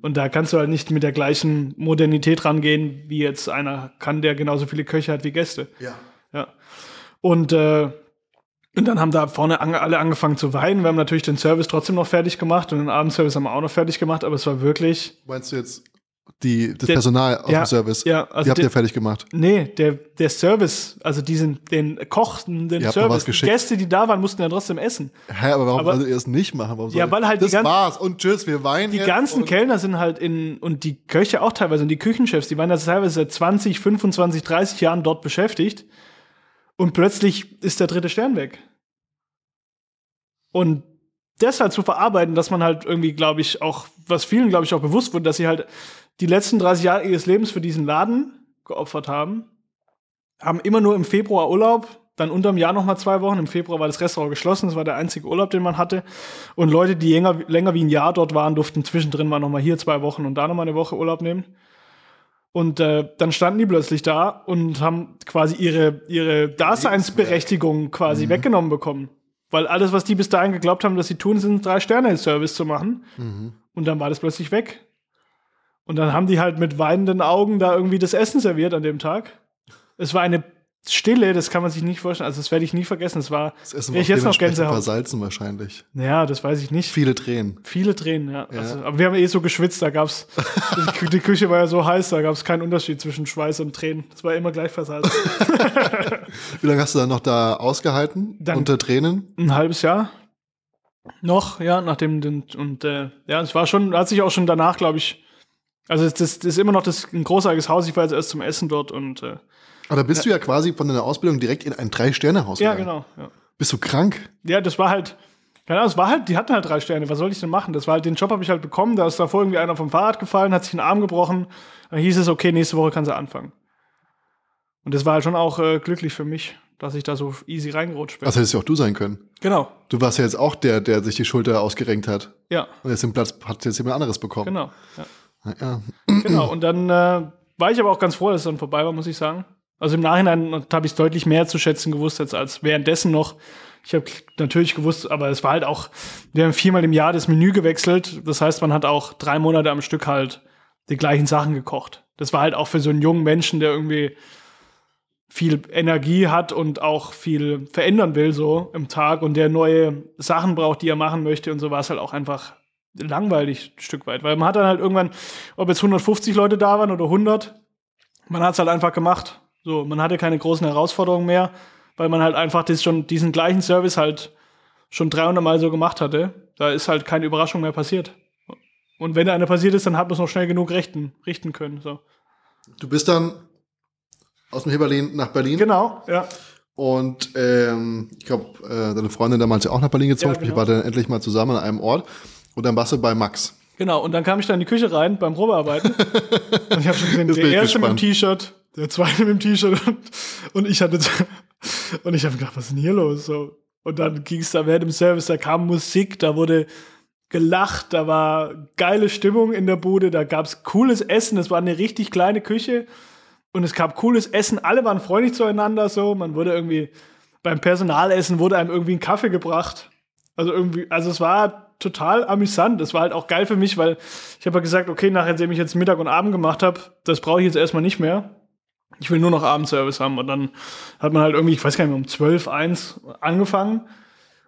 C: Und da kannst du halt nicht mit der gleichen Modernität rangehen, wie jetzt einer kann, der genauso viele Köche hat wie Gäste.
B: Ja.
C: Ja. Und, äh, und dann haben da vorne ange alle angefangen zu weinen. Wir haben natürlich den Service trotzdem noch fertig gemacht und den Abendservice haben wir auch noch fertig gemacht, aber es war wirklich.
B: Meinst du jetzt die, das
C: Der-
B: Personal aus
C: ja,
B: dem Service?
C: ja, also
B: die habt
C: der-
B: ihr fertig gemacht.
C: Nee, der, der Service, also diesen, den Koch, den
B: Ihr habt noch
C: Service,
B: was
C: die
B: geschickt.
C: Gäste, die da waren, mussten ja trotzdem essen.
B: Hä, aber warum
C: Aber-
B: solltet ihr es nicht machen? Warum
C: Ja,
B: solltet-
C: weil halt die
B: das
C: ganzen-
B: war's und tschüss, wir weinen
C: Die
B: jetzt
C: ganzen
B: und,
C: Kellner sind halt in, und die Köche auch teilweise, und die Küchenchefs, die waren ja teilweise seit 20, 25, 30 Jahren dort beschäftigt. Und plötzlich ist der dritte Stern weg. Und das halt zu verarbeiten, dass man halt irgendwie, glaube ich, auch, was vielen, glaube ich, auch bewusst wurde, dass sie halt die letzten 30 Jahre ihres Lebens für diesen Laden geopfert haben, haben immer nur im Februar Urlaub, dann unterm Jahr nochmal zwei Wochen. Im Februar war das Restaurant geschlossen, das war der einzige Urlaub, den man hatte. Und Leute, die länger, länger wie ein Jahr dort waren, durften zwischendrin mal nochmal hier zwei Wochen und da nochmal eine Woche Urlaub nehmen. Und äh, dann standen die plötzlich da und haben quasi ihre, ihre Daseinsberechtigung quasi weggenommen bekommen. Weil alles, was die bis dahin geglaubt haben, dass sie tun, sind Drei-Sterne-Service zu machen. Und dann war das plötzlich weg. Und dann haben die halt mit weinenden Augen da irgendwie das Essen serviert an dem Tag. Es war eine Stille, das kann man sich nicht vorstellen. Also das werde ich nie vergessen. Es war,
B: Das Essen
C: Krieg
B: war
C: ich jetzt noch Gänsehaut.
B: versalzen wahrscheinlich.
C: Ja, das weiß ich nicht.
B: Viele Tränen.
C: Viele Tränen, ja. Also, aber wir haben eh so geschwitzt, da gab's die, Kü- die Küche war ja so heiß, da gab's keinen Unterschied zwischen Schweiß und Tränen. Das war immer gleich versalzt.
B: Wie lange hast du dann noch da ausgehalten?
C: Dann-
B: unter Tränen?
C: Ein halbes Jahr noch, ja, nachdem den und äh, ja, es war schon, hat sich auch schon danach, glaube ich. Also das, das ist immer noch das ein großartiges Haus. Ich war jetzt erst zum Essen dort und äh,
B: Aber da bist du ja quasi von deiner Ausbildung direkt in ein Drei-Sterne-Haus
C: ja,
B: gegangen.
C: genau. Ja.
B: Bist du krank?
C: ja, das war halt, keine Ahnung, es war halt, die hatten halt drei Sterne, was soll ich denn machen? Das war halt, den Job habe ich halt bekommen, da ist davor irgendwie einer vom Fahrrad gefallen, hat sich den Arm gebrochen, dann hieß es, okay, nächste Woche kann sie anfangen. Und das war halt schon auch äh, glücklich für mich, dass ich da so easy reingerutscht bin.
B: Das hättest ja auch du sein können.
C: genau,
B: Du warst ja jetzt auch der, der sich die Schulter ausgerenkt hat.
C: ja,
B: Und jetzt den Platz hat jetzt jemand anderes bekommen.
C: genau. Ja.
B: Na Ja.
C: Genau, und dann äh, war ich aber auch ganz froh, dass es dann vorbei war, muss ich sagen. Also im Nachhinein habe ich es deutlich mehr zu schätzen gewusst als, als währenddessen noch. Ich habe natürlich gewusst, aber es war halt auch, wir haben viermal im Jahr das Menü gewechselt. Das heißt, man hat auch drei Monate am Stück halt die gleichen Sachen gekocht. Das war halt auch für so einen jungen Menschen, der irgendwie viel Energie hat und auch viel verändern will so im Tag und der neue Sachen braucht, die er machen möchte und so war es halt auch einfach langweilig ein Stück weit, weil man hat dann halt irgendwann, ob jetzt 150 Leute da waren oder 100, man hat es halt einfach gemacht. So, man hatte keine großen Herausforderungen mehr, weil man halt einfach das schon, diesen gleichen Service halt schon 300 Mal so gemacht hatte. Da ist halt keine Überraschung mehr passiert. Und wenn eine passiert ist, dann hat man es noch schnell genug richten, richten können. So.
B: Du bist dann aus dem Heberlin nach Berlin.
C: Genau, ja.
B: Und ähm, ich glaube, äh, deine Freundin damals ja auch nach Berlin gezogen.
C: Ja,
B: Sprich,
C: genau.
B: war dann endlich mal zusammen an einem Ort. Und dann warst du bei Max.
C: Genau, und dann kam ich da in die Küche rein beim Probearbeiten. und ich habe schon gesehen,
B: Jetzt
C: der
B: bin ich
C: erste mit dem
B: gespannt.
C: T-Shirt, der zweite mit dem T-Shirt und, und ich hatte und ich habe gedacht, was ist denn hier los? So. Und dann ging es da während dem Service, da kam Musik, da wurde gelacht, da war geile Stimmung in der Bude, da gab's cooles Essen, es war eine richtig kleine Küche und es gab cooles Essen, alle waren freundlich zueinander so, man wurde irgendwie beim Personalessen wurde einem irgendwie ein Kaffee gebracht. Also irgendwie, also es war total amüsant. Es war halt auch geil für mich, weil ich habe ja gesagt, okay, nachdem ich jetzt Mittag und Abend gemacht habe, das brauche ich jetzt erstmal nicht mehr. Ich will nur noch Abendservice haben. Und dann hat man halt irgendwie, ich weiß gar nicht mehr, um 12, 1 angefangen.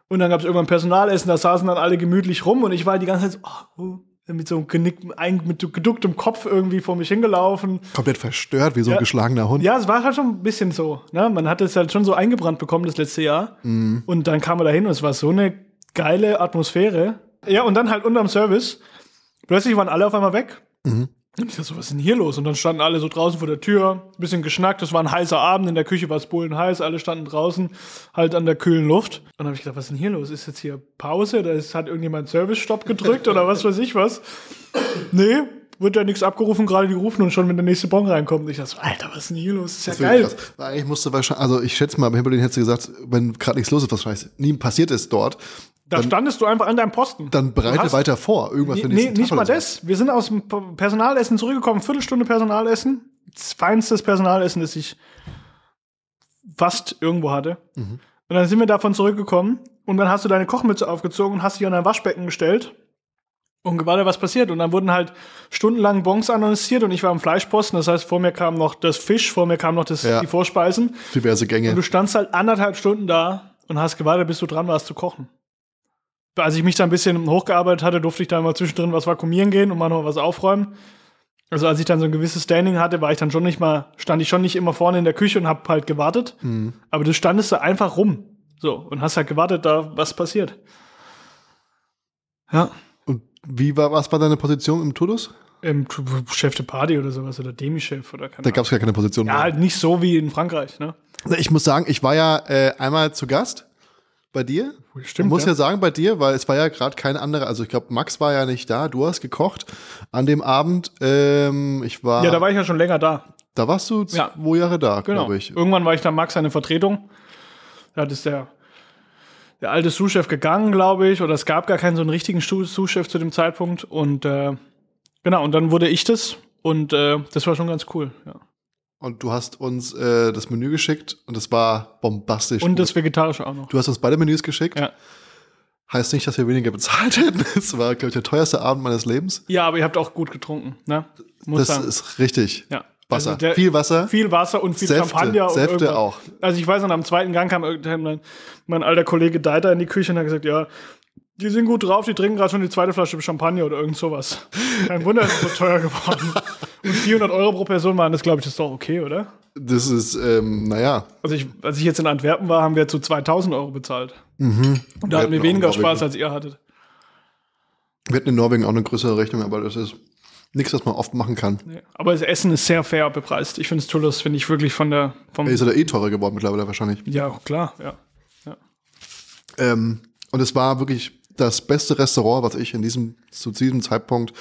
C: Und dann gab es irgendwann Personalessen, da saßen dann alle gemütlich rum und ich war die ganze Zeit so, oh, oh, mit so einem genick, ein- mit geducktem Kopf irgendwie vor mich hingelaufen.
B: Komplett verstört, wie so ein
C: Ja.
B: geschlagener Hund.
C: Ja, es war halt schon ein bisschen so. Ne? Man hat es halt schon so eingebrannt bekommen das letzte Jahr. Und dann kam er dahin und es war so eine geile Atmosphäre. Ja, und dann halt unterm Service. Plötzlich waren alle auf einmal weg. Und ich dachte so, was ist denn hier los? Und dann standen alle so draußen vor der Tür, ein bisschen geschnackt. Es war ein heißer Abend, in der Küche war es bullenheiß, alle standen draußen, halt an der kühlen Luft. Und dann habe ich gedacht, was ist denn hier los? Ist jetzt hier Pause oder ist, hat irgendjemand Service-Stopp gedrückt oder was weiß ich was? Nee, wird ja nichts abgerufen, gerade die rufen und schon, wenn der nächste Bon reinkommt. Ich dachte so, Alter, was ist denn hier los? Ist ja
B: Das ist wirklich
C: geil.
B: krass. Weil Eigentlich musste wahrscheinlich, also ich schätze mal, im Himmelin hättest du gesagt, wenn gerade nichts los ist, was wahrscheinlich nie passiert ist dort,
C: Da standest du einfach an deinem Posten.
B: dann
C: Du
B: bereite
C: hast-
B: weiter vor. Irgendwas für den
C: Nee,
B: nächsten Tag
C: nicht mal
B: oder so.
C: das. Wir sind aus dem P- Personalessen zurückgekommen, Viertelstunde Personalessen. Das feinstes Personalessen, das ich fast irgendwo hatte.
B: Mhm.
C: Und dann sind wir davon zurückgekommen und dann hast du deine Kochmütze aufgezogen und hast dich an dein Waschbecken gestellt. Und gerade was passiert. Und dann wurden halt stundenlang Bons analysiert und ich war am Fleischposten. Das heißt, vor mir kam noch das Fisch, vor mir kam noch das,
B: Ja.
C: die Vorspeisen.
B: Diverse
C: Und
B: Gänge.
C: du standst halt anderthalb Stunden da und hast gewartet, bis du dran warst zu kochen. Als ich mich da ein bisschen hochgearbeitet hatte, durfte ich da mal zwischendrin was vakuumieren gehen und mal noch was aufräumen. Also als ich dann so ein gewisses Standing hatte, war ich dann schon nicht mal, stand ich schon nicht immer vorne in der Küche und hab halt gewartet.
B: Mhm.
C: Aber du standest da einfach rum. So, und hast halt gewartet, da was passiert. Ja.
B: Und wie war, was war deine Position im Todus?
C: Im Chef de Party oder sowas oder Demi-Chef oder keine
B: Da
C: Ahnung.
B: gab es gar keine Position.
C: Ja,
B: mehr.
C: halt nicht so wie in Frankreich, ne?
B: Na, Ich muss sagen, ich war ja äh, einmal zu Gast bei dir.
C: Stimmt,
B: muss ja.
C: ja.
B: sagen, bei dir, weil es war ja gerade kein anderer. Also ich glaube, Max war ja nicht da. Du hast gekocht an dem Abend. Ähm, ich war,
C: Ja, da war ich ja schon länger da.
B: da warst du zwei
C: Ja.
B: Jahre da,
C: Genau.
B: glaube ich.
C: Irgendwann war ich dann Max eine Vertretung. Da ist der, der alte Sous-Chef gegangen, glaube ich, oder es gab gar keinen so einen richtigen Stu- Sous-Chef zu dem Zeitpunkt. Und äh, genau, und dann wurde ich das und äh, das war schon ganz cool. Ja.
B: Und du hast uns äh, das Menü geschickt und es war bombastisch.
C: Und
B: gut.
C: das Vegetarische auch noch.
B: du hast uns beide Menüs geschickt.
C: Ja.
B: Heißt nicht, dass wir weniger bezahlt hätten. Es war, glaube ich, der teuerste Abend meines Lebens.
C: Ja, aber ihr habt auch gut getrunken, ne? Muss
B: das
C: sagen.
B: ist richtig.
C: ja.
B: Wasser.
C: Also der, viel,
B: viel Wasser.
C: Wasser und viel
B: Säfte.
C: Champagner. und
B: Säfte
C: irgendwas.
B: auch.
C: Also ich weiß, und am zweiten Gang kam irgendwann mein, mein alter Kollege Deiter in die Küche und hat gesagt, ja, die sind gut drauf, die trinken gerade schon die zweite Flasche Champagner oder irgend sowas. Kein Wunder, es ist so teuer geworden. Und 400 Euro pro Person waren das, glaube ich, das ist doch okay, oder?
B: Das ist, ähm, naja.
C: Also ich, als ich jetzt in Antwerpen war, haben wir zu 2000 Euro bezahlt. Und da hatten wir
B: Mhm. auch
C: weniger
B: in Norwegen.
C: Spaß, als ihr hattet.
B: Wir hatten in Norwegen auch eine größere Rechnung, aber das ist nichts, was man oft machen kann.
C: Nee. Aber das Essen ist sehr fair bepreist. Ich finde es toll, das finde ich wirklich von der, vom,
B: Ist ja da eh teurer geworden mittlerweile wahrscheinlich.
C: ja, klar, ja.
B: Ähm, und es war wirklich das beste Restaurant, was ich in diesem, zu diesem Zeitpunkt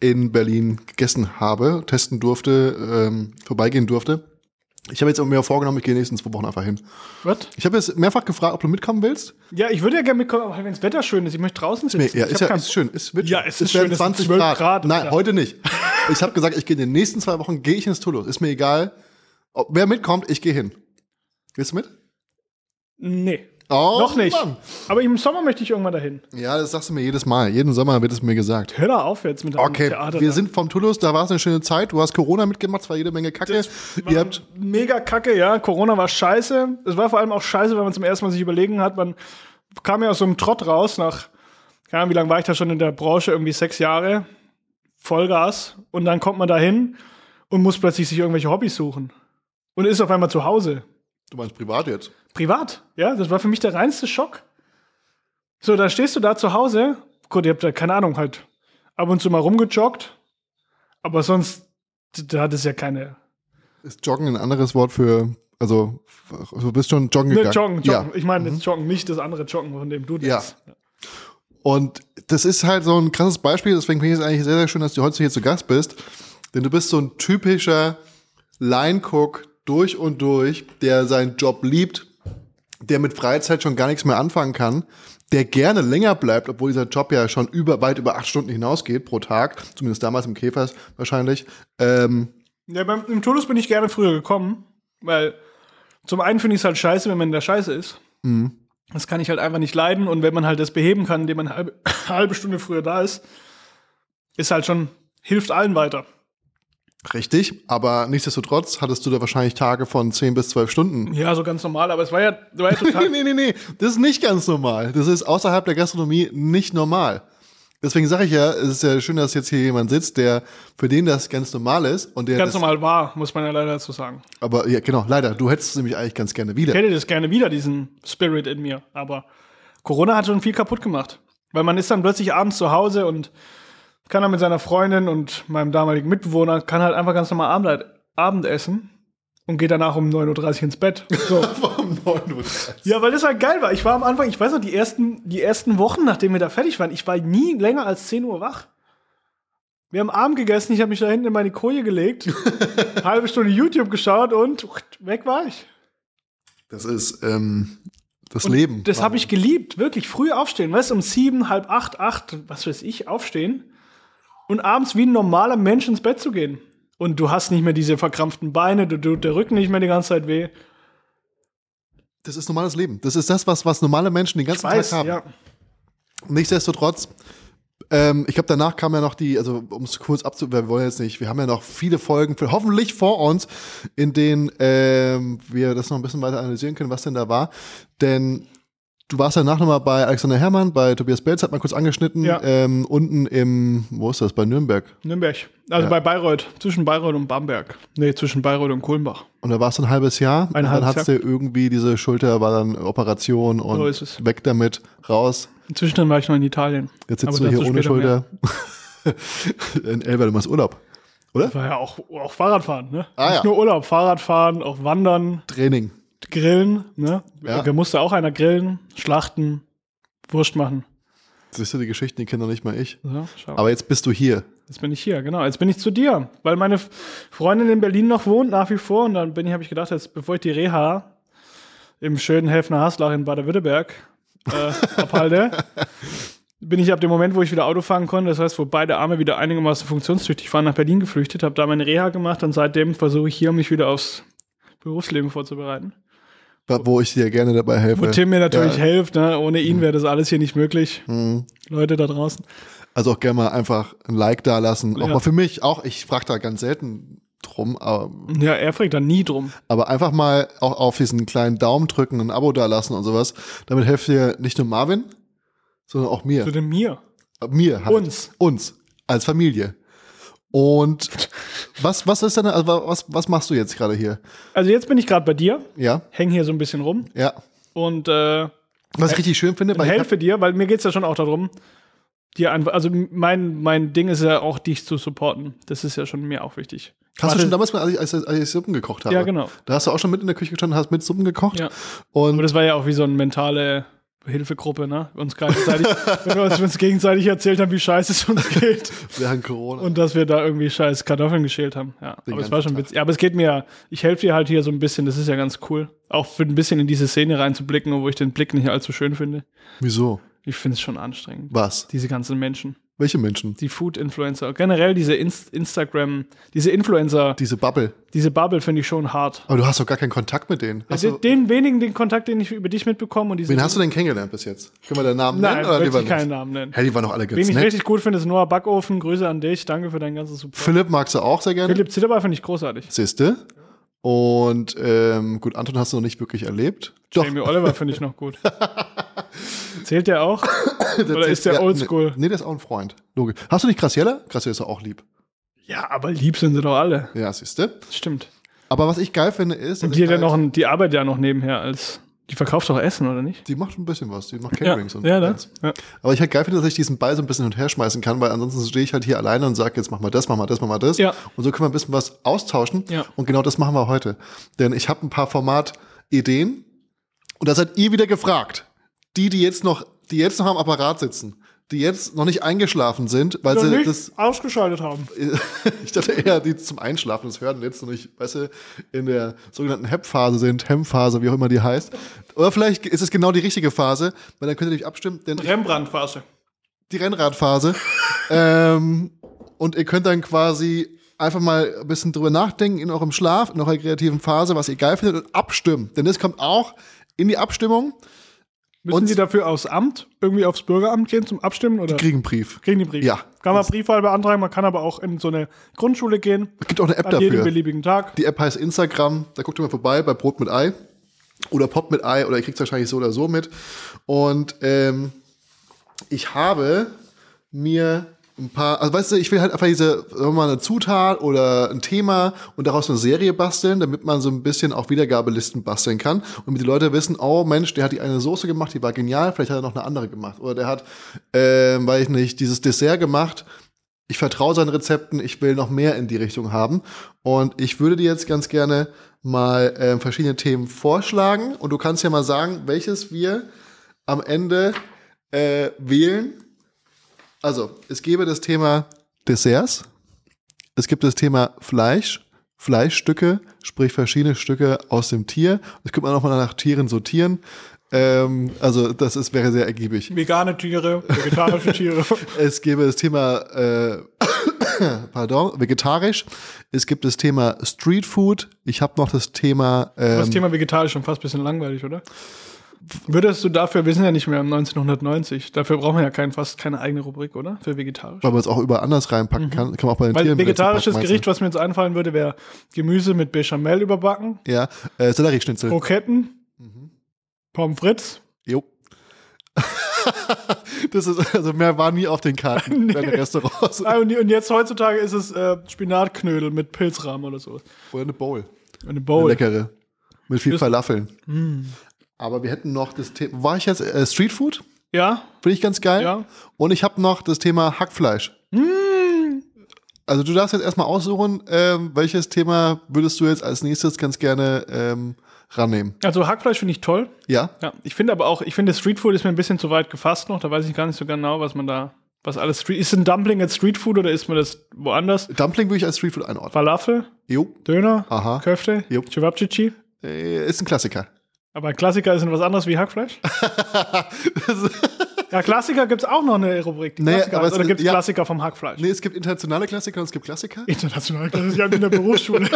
B: in Berlin gegessen habe, testen durfte, ähm, vorbeigehen durfte. Ich habe jetzt mir vorgenommen, ich gehe die nächsten zwei Wochen einfach hin.
C: Was?
B: Ich habe jetzt mehrfach gefragt, ob du mitkommen willst.
C: Ja, ich würde ja gerne mitkommen, aber wenn das Wetter schön ist, ich möchte draußen sitzen.
B: Nee, ja,
C: ich
B: ist
C: hab
B: ja
C: keinen-
B: ist schön. Ist, wird
C: Ja,
B: schön.
C: es ist schön,
B: werden
C: es sind
B: 20
C: 12
B: Grad.
C: Grad,
B: Nein,
C: ja.
B: heute nicht. Ich habe gesagt, ich gehe in den nächsten zwei Wochen gehe ich ins Toulouse. Ist mir egal, ob, wer mitkommt, ich gehe hin. Willst du mit?
C: Nee.
B: Oh,
C: Noch nicht.
B: Mann.
C: Aber im Sommer möchte ich irgendwann dahin.
B: Ja, das sagst du mir jedes Mal. Jeden Sommer wird es mir gesagt.
C: Hör da auf jetzt mit deinem
B: Okay,
C: Theater.
B: wir
C: da.
B: sind vom Toulouse, da war es eine schöne Zeit. Du hast Corona mitgemacht, es war jede Menge Kacke. Ihr habt,
C: mega kacke, ja. Corona war scheiße. Es war vor allem auch scheiße, weil man zum ersten Mal sich überlegen hat, man kam ja aus so einem Trott raus nach, keine Ahnung, wie lange war ich da schon in der Branche, irgendwie sechs Jahre, Vollgas. Und dann kommt man dahin und muss plötzlich sich irgendwelche Hobbys suchen. Und ist auf einmal zu Hause.
B: du meinst privat jetzt?
C: privat. Ja, das war für mich der reinste Schock. So, dann stehst du da zu Hause. Gut, ihr habt da keine Ahnung halt ab und zu mal rumgejoggt, aber sonst da hat es ja keine.
B: Ist Joggen ein anderes Wort für, also du bist schon joggen
C: Ne,
B: gegangen?
C: joggen, joggen.
B: Ja. Mhm.
C: Ich meine, jetzt joggen, nicht das andere joggen, von dem du
B: Ja.
C: denkst.
B: Und das ist halt so ein krasses Beispiel, deswegen finde ich es eigentlich sehr, sehr schön, dass du heute hier zu Gast bist. Denn du bist so ein typischer Line-Cook durch und durch, der seinen Job liebt, der mit Freizeit schon gar nichts mehr anfangen kann, der gerne länger bleibt, obwohl dieser Job ja schon über, weit über acht Stunden hinausgeht pro Tag, zumindest damals im Käfers wahrscheinlich. Ähm,
C: Ja, beim im Toulouse bin ich gerne früher gekommen, weil zum einen finde ich es halt scheiße, wenn man in der Scheiße ist.
B: Mhm.
C: Das kann ich halt einfach nicht leiden und wenn man halt das beheben kann, indem man eine halbe, halbe Stunde früher da ist, ist halt schon, hilft allen weiter.
B: Richtig, aber nichtsdestotrotz hattest du da wahrscheinlich Tage von 10 bis 12 Stunden.
C: Ja, so ganz normal, aber es war ja, war ja
B: Nee,
C: total.
B: nee, nee, nee, das ist nicht ganz normal. Das ist außerhalb der Gastronomie nicht normal. Deswegen sage ich ja, es ist ja schön, dass jetzt hier jemand sitzt, der für den das ganz normal ist und der
C: ganz
B: das,
C: normal war, muss man ja leider dazu sagen.
B: aber ja genau, leider, du hättest es nämlich eigentlich ganz gerne wieder.
C: Ich hätte das gerne wieder, diesen Spirit in mir, aber Corona hat schon viel kaputt gemacht. Weil man ist dann plötzlich abends zu Hause und kann dann mit seiner Freundin und meinem damaligen Mitbewohner, kann halt einfach ganz normal Abend, Abendessen und geht danach um 9.30 Uhr ins Bett. So.
B: Vom 9 Uhr.
C: ja, weil das halt geil war. Ich war am Anfang, ich weiß noch, die ersten, die ersten Wochen, nachdem wir da fertig waren, ich war nie länger als 10 Uhr wach. Wir haben Abend gegessen, ich habe mich da hinten in meine Koje gelegt, halbe Stunde YouTube geschaut und weg war ich.
B: Das ist ähm, das Leben.
C: Das habe ich geliebt, wirklich früh aufstehen, weißt du, um sieben, halb acht, acht, was weiß ich, aufstehen und abends wie ein normaler Mensch ins Bett zu gehen. Und du hast nicht mehr diese verkrampften Beine, du tut der Rücken nicht mehr die ganze Zeit weh.
B: Das ist normales Leben. Das ist das, was, was normale Menschen den ganzen
C: Weiß,
B: Tag haben.
C: ja.
B: Nichtsdestotrotz, ähm, ich glaube, danach kam ja noch die, also um es kurz abzu, wir wollen jetzt nicht, wir haben ja noch viele Folgen, für, hoffentlich vor uns, in denen ähm, wir das noch ein bisschen weiter analysieren können, was denn da war. Denn du warst danach nochmal bei Alexander Herrmann, bei Tobias Belz, hat man kurz angeschnitten,
C: Ja.
B: ähm, unten im, wo ist das, bei Nürnberg.
C: Nürnberg. Also
B: Ja.
C: bei Bayreuth, zwischen Bayreuth und Bamberg. Nee, zwischen Bayreuth und Kulmbach.
B: Und da warst du ein halbes Jahr.
C: Ein
B: und
C: halbes
B: dann hattest du irgendwie diese Schulter, war dann Operation und
C: So ist es.
B: weg damit, raus.
C: Inzwischen war ich noch in Italien.
B: Jetzt sitzt
C: Aber
B: du hier
C: dazu
B: ohne
C: später mehr.
B: Schulter. in Elber, du machst Urlaub.
C: War ja auch, auch Fahrradfahren, ne?
B: Ah,
C: nicht
B: ja.
C: nur Urlaub, Fahrradfahren, auch Wandern,
B: Training.
C: Grillen, ne?
B: Ja.
C: Da musste auch einer grillen, schlachten, Wurst machen.
B: Siehst du die Geschichten, die kenne doch nicht mal ich.
C: So, schau.
B: Aber jetzt bist du hier.
C: Jetzt bin ich hier, genau. Jetzt bin ich zu dir, weil meine F- Freundin in Berlin noch wohnt nach wie vor. Und dann bin ich, habe ich gedacht, jetzt bevor ich die Reha im schönen Helfner Haslach in Baden-Württemberg äh, abhalte, bin ich ab dem Moment, wo ich wieder Auto fahren konnte, das heißt, wo beide Arme wieder einigermaßen funktionstüchtig waren, nach Berlin geflüchtet, habe da meine Reha gemacht und seitdem versuche ich hier, mich wieder aufs Berufsleben vorzubereiten.
B: Da- Wo ich dir gerne dabei helfe.
C: Wo Tim mir natürlich
B: Ja. Mhm.
C: hilft, ne? ohne ihn wäre das alles hier nicht möglich. Leute da draußen.
B: Also auch gerne mal einfach ein Like da lassen. Auch
C: Ja.
B: mal für mich. Auch ich frage da ganz selten drum. Aber,
C: Ja, er fragt da nie drum.
B: aber einfach mal auch auf diesen kleinen Daumen drücken, ein Abo da lassen und sowas. Damit helft ihr nicht nur Marvin, sondern auch mir.
C: Zu dem mir.
B: Mir halt.
C: Uns.
B: Uns. Als Familie. Und was, was ist denn, also was, was machst du jetzt gerade hier?
C: Also jetzt bin ich gerade bei dir.
B: Ja,
C: hänge hier so ein bisschen rum
B: ja.
C: und äh,
B: Was ich richtig schön finde, weil ich hab,
C: helfe dir, weil mir geht es ja schon auch darum, dir einfach, also mein, mein Ding ist ja auch, dich zu supporten. Das ist ja schon mir auch wichtig.
B: hast du
C: Warte,
B: schon damals, mal, als ich, als ich- als ich Suppen gekocht habe?
C: Ja, genau.
B: Da hast du auch schon mit in der Küche gestanden, hast mit Suppen gekocht.
C: Ja.
B: Und
C: Aber das war ja auch wie so eine mentale Hilfegruppe, ne? Uns gegenseitig, wenn wir uns, uns gegenseitig erzählt haben, wie scheiße es uns geht
B: während Corona.
C: und dass wir da irgendwie scheiß Kartoffeln geschält haben. Ja,
B: Den
C: aber
B: ganzen
C: es war schon
B: Tag.
C: witzig. Ja, aber es geht mir ja, ich helfe dir halt hier so ein bisschen, das ist ja ganz cool. Auch für ein bisschen in diese Szene reinzublicken, wo ich den Blick nicht allzu schön finde.
B: Wieso?
C: Ich finde es schon anstrengend.
B: Was?
C: Diese ganzen Menschen.
B: Welche Menschen?
C: die Food-Influencer, generell diese Inst Instagram, diese Influencer,
B: Diese Bubble.
C: diese Bubble finde ich schon hart.
B: Aber du hast doch gar keinen Kontakt mit denen. Hast
C: Den,
B: du,
C: den wenigen, den Kontakt, den ich über dich mitbekomme und diese.
B: wen hast du denn kennengelernt bis jetzt? Können wir deinen Namen
C: Nein,
B: nennen oder
C: möchte
B: lieber
C: ich
B: nicht?
C: keinen Namen nennen.
B: Hey, die waren doch alle ganz
C: Wen ich
B: nett.
C: richtig gut finde, ist Noah Backofen. Grüße an dich. Danke für dein ganzes Support.
B: Philipp magst du auch sehr gerne.
C: Philipp Zitterball finde ich großartig.
B: Siehste. Und ähm, gut, Anton hast du noch nicht wirklich erlebt. Doch,
C: Jamie Oliver finde ich noch gut. Zählt der auch? Oder ist der
B: ja,
C: oldschool?
B: Nee, nee, der ist auch ein Freund. Logisch. Hast du nicht Graciela? Graciela ist doch auch lieb.
C: Ja, aber lieb sind sie doch alle.
B: Ja, siehste.
C: Stimmt.
B: Aber was ich geil finde ist, dass
C: Und die,
B: ich
C: hat
B: halt,
C: ja noch, ein- die arbeitet ja noch nebenher als. Die verkauft doch Essen, oder nicht?
B: die macht ein bisschen was. Die macht
C: Ja,
B: Caterings und
C: ja, ne? ja.
B: Aber ich halt geil finde, dass ich diesen Ball so ein bisschen hin und her schmeißen kann, weil ansonsten stehe ich halt hier alleine und sage, jetzt mach mal das, mach mal das, mach mal das.
C: Ja.
B: Und so können wir ein bisschen was austauschen.
C: Ja.
B: Und genau das machen wir heute. Denn ich habe ein paar Formatideen und da seid ihr wieder gefragt. Die, die jetzt noch, die jetzt noch am Apparat sitzen, die jetzt noch nicht eingeschlafen sind, weil sie das.
C: ausgeschaltet haben.
B: ich dachte eher, die zum Einschlafen das hören und jetzt noch nicht, weißt du, in der sogenannten HEP-Phase sind, HEM-Phase, wie auch immer die heißt. Oder vielleicht ist es genau die richtige Phase, weil dann könnt ihr nämlich abstimmen, denn
C: Rembrandt-Phase.
B: die Rennradphase. ähm, und ihr könnt dann quasi einfach mal ein bisschen drüber nachdenken in eurem Schlaf, in eurer kreativen Phase, was ihr geil findet und abstimmen. Denn das kommt auch in die Abstimmung.
C: Müssen
B: Und-
C: Sie dafür aufs Amt, irgendwie aufs Bürgeramt gehen zum Abstimmen oder
B: Kriegen einen Brief.
C: kriegen die Brief?
B: Ja.
C: Kann man Briefwahl beantragen, man kann aber auch in so eine Grundschule gehen,
B: Es gibt auch eine App
C: an jedem
B: dafür.
C: beliebigen Tag.
B: Die App heißt Instagram, da guckt ihr mal vorbei bei Brot mit Ei oder Pop mit Ei oder ihr kriegt es wahrscheinlich so oder so mit. Und ähm, ich habe mir ein paar, also weißt du, ich will halt einfach diese, sagen wir mal, eine Zutat oder ein Thema und daraus eine Serie basteln, damit man so ein bisschen auch Wiedergabelisten basteln kann und damit die Leute wissen, oh Mensch, der hat die eine Soße gemacht, die war genial, vielleicht hat er noch eine andere gemacht oder der hat, ähm, weiß ich nicht, dieses Dessert gemacht, ich vertraue seinen Rezepten, ich will noch mehr in die Richtung haben. Und ich würde dir jetzt ganz gerne mal ähm, verschiedene Themen vorschlagen. Und du kannst ja mal sagen, welches wir am Ende äh, wählen. Also, es gäbe das Thema Desserts. Es gibt das Thema Fleisch, Fleischstücke, sprich verschiedene Stücke aus dem Tier. Das könnte man auch mal nach Tieren sortieren. Ähm, also, das ist, wäre sehr ergiebig.
C: Vegane Tiere, vegetarische Tiere.
B: Es gäbe das Thema, äh, pardon, vegetarisch. Es gibt das Thema Street Food. Ich habe noch das Thema,
C: Das
B: ähm,
C: Thema vegetarisch schon fast ein bisschen langweilig, oder? Würdest du dafür, wir sind ja nicht mehr im 1990, dafür brauchen wir ja kein, fast keine eigene Rubrik, oder? Für vegetarisch.
B: weil man es auch über anders reinpacken kann. Kann man auch bei den
C: Mhm. Weil
B: Tieren
C: vegetarisches
B: reinpacken,
C: Gericht, was mir jetzt einfallen würde, wäre Gemüse mit Bechamel überbacken,
B: meinst du? Ja, äh, Sellerieschnitzel.
C: Kroketten,
B: Mhm.
C: Pommes frites.
B: Jo. das ist, also mehr war nie auf den Karten deine Restaurants.
C: Ah, und, und jetzt heutzutage ist es äh, Spinatknödel mit Pilzrahmen oder so.
B: Oder eine Bowl.
C: Eine
B: Eine
C: Bowl. Mm.
B: leckere. Mit viel Falafeln. Aber wir hätten noch das Thema, war ich jetzt, äh, Street Food?
C: Ja,
B: Finde ich ganz geil.
C: Ja.
B: Und ich habe noch das Thema Hackfleisch. Also du darfst jetzt erstmal aussuchen, ähm, welches Thema würdest du jetzt als nächstes ganz gerne ähm, rannehmen.
C: also Hackfleisch finde ich toll.
B: Ja?
C: Ja, ich finde aber auch, ich finde Streetfood ist mir ein bisschen zu weit gefasst noch. Da weiß ich gar nicht so genau, was man da, was alles Street. Ist ein Dumpling jetzt Streetfood oder ist man das woanders?
B: Dumpling würde ich als Streetfood einordnen.
C: Falafel,
B: Jo.
C: Döner,
B: Aha.
C: Köfte,
B: Jupp.
C: Cevapcici.
B: Äh, ist ein Klassiker.
C: Aber Klassiker ist was anderes wie Hackfleisch. ja, Klassiker gibt es auch noch eine Rubrik. Die
B: Nee,
C: Klassiker,
B: aber es-
C: oder gibt es
B: ja.
C: Klassiker vom Hackfleisch?
B: Nee, es gibt internationale Klassiker und es gibt Klassiker.
C: International, das ist ja in der Berufsschule.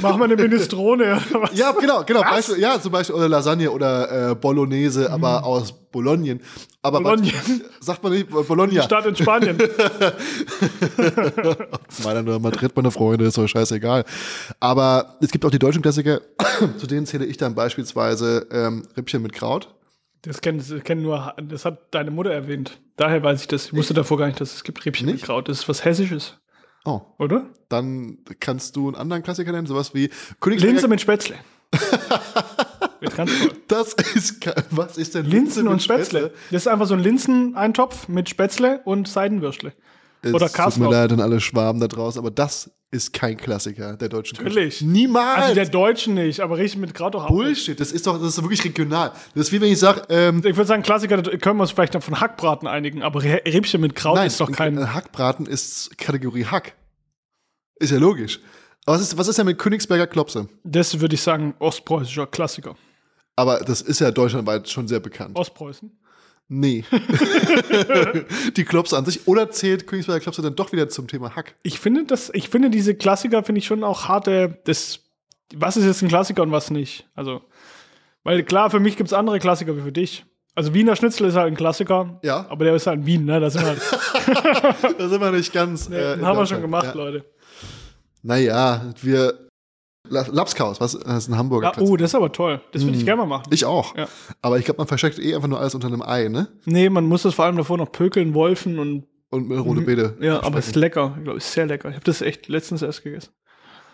C: Mach mal eine Minestrone. oder was?
B: Ja, genau, genau. Beispiel, ja, zum Beispiel oder Lasagne oder äh, Bolognese, aber aus Bologna. Aber
C: Bologna.
B: Was, sagt man nicht Bologna?
C: Stadt in Spanien.
B: Meiner nur Madrid, meine Freunde, ist doch scheißegal. Aber es gibt auch die deutschen Klassiker, zu denen zähle ich dann beispielsweise ähm, Rippchen mit Kraut.
C: Das kennt das kennt nur, das hat deine Mutter erwähnt. Daher weiß ich das. Ich wusste davor gar nicht, dass es gibt Riebchen mit
B: Nicht?
C: Kraut. Das ist was Hessisches,
B: Oh,
C: oder?
B: dann kannst du einen anderen Klassiker nennen, sowas wie Königsberger.
C: Linse mit Spätzle. Wird ganz toll.
B: Das ist ke- was ist denn
C: Linsen
B: mit
C: und Spätzle. Das ist einfach so ein Linseneintopf mit Spätzle und Seidenwürstle. Oder
B: Es tut mir
C: Kasper.
B: leid an alle Schwaben da draußen, aber das ist kein Klassiker der deutschen Küche.
C: Natürlich.
B: Niemals.
C: Also der Deutschen nicht, aber richtig mit Kraut auch. nicht.
B: Bullshit, das ist doch, das ist wirklich regional. Das ist wie wenn ich sage, ähm,
C: Ich würde sagen, Klassiker, da können wir uns vielleicht noch von Hackbraten einigen, aber Re- Riebchen mit Kraut
B: nein,
C: ist doch kein.
B: ein äh, Hackbraten ist Kategorie Hack. Ist ja logisch. Aber was ist, was ist denn mit Königsberger Klopse?
C: Das würde ich sagen, ostpreußischer Klassiker.
B: Aber das ist ja deutschlandweit schon sehr bekannt.
C: Ostpreußen.
B: Nee. die Klopse an sich. Oder zählt Königsberger Klopse dann doch wieder zum Thema Hack?
C: Ich finde, das, ich finde diese Klassiker finde ich schon auch harte. Das, was ist jetzt ein Klassiker und was nicht? Also, weil klar, für mich gibt es andere Klassiker wie für dich. Also Wiener Schnitzel ist halt ein Klassiker.
B: Ja.
C: Aber der ist halt in Wien, ne? Das sind halt,
B: Da sind wir nicht ganz. äh,
C: den
B: in
C: haben wir
B: Deutschland.
C: schon gemacht,
B: Ja.
C: Leute.
B: Naja, wir. La- Lapskaus, was? Das ist ein Hamburger.
C: Ah,
B: Klassiker.
C: oh, das ist aber toll. Das würde
B: Mhm.
C: ich gerne mal machen.
B: Ich auch.
C: oh. Ja.
B: Aber ich glaube, man versteckt eh einfach nur alles unter einem Ei, ne?
C: nee, man muss das vor allem davor noch pökeln, wolfen und.
B: Und mit rote Beete.
C: Mhm. Ja, aber es ist lecker. Ich glaube, es ist sehr lecker. Ich habe das echt letztens erst gegessen.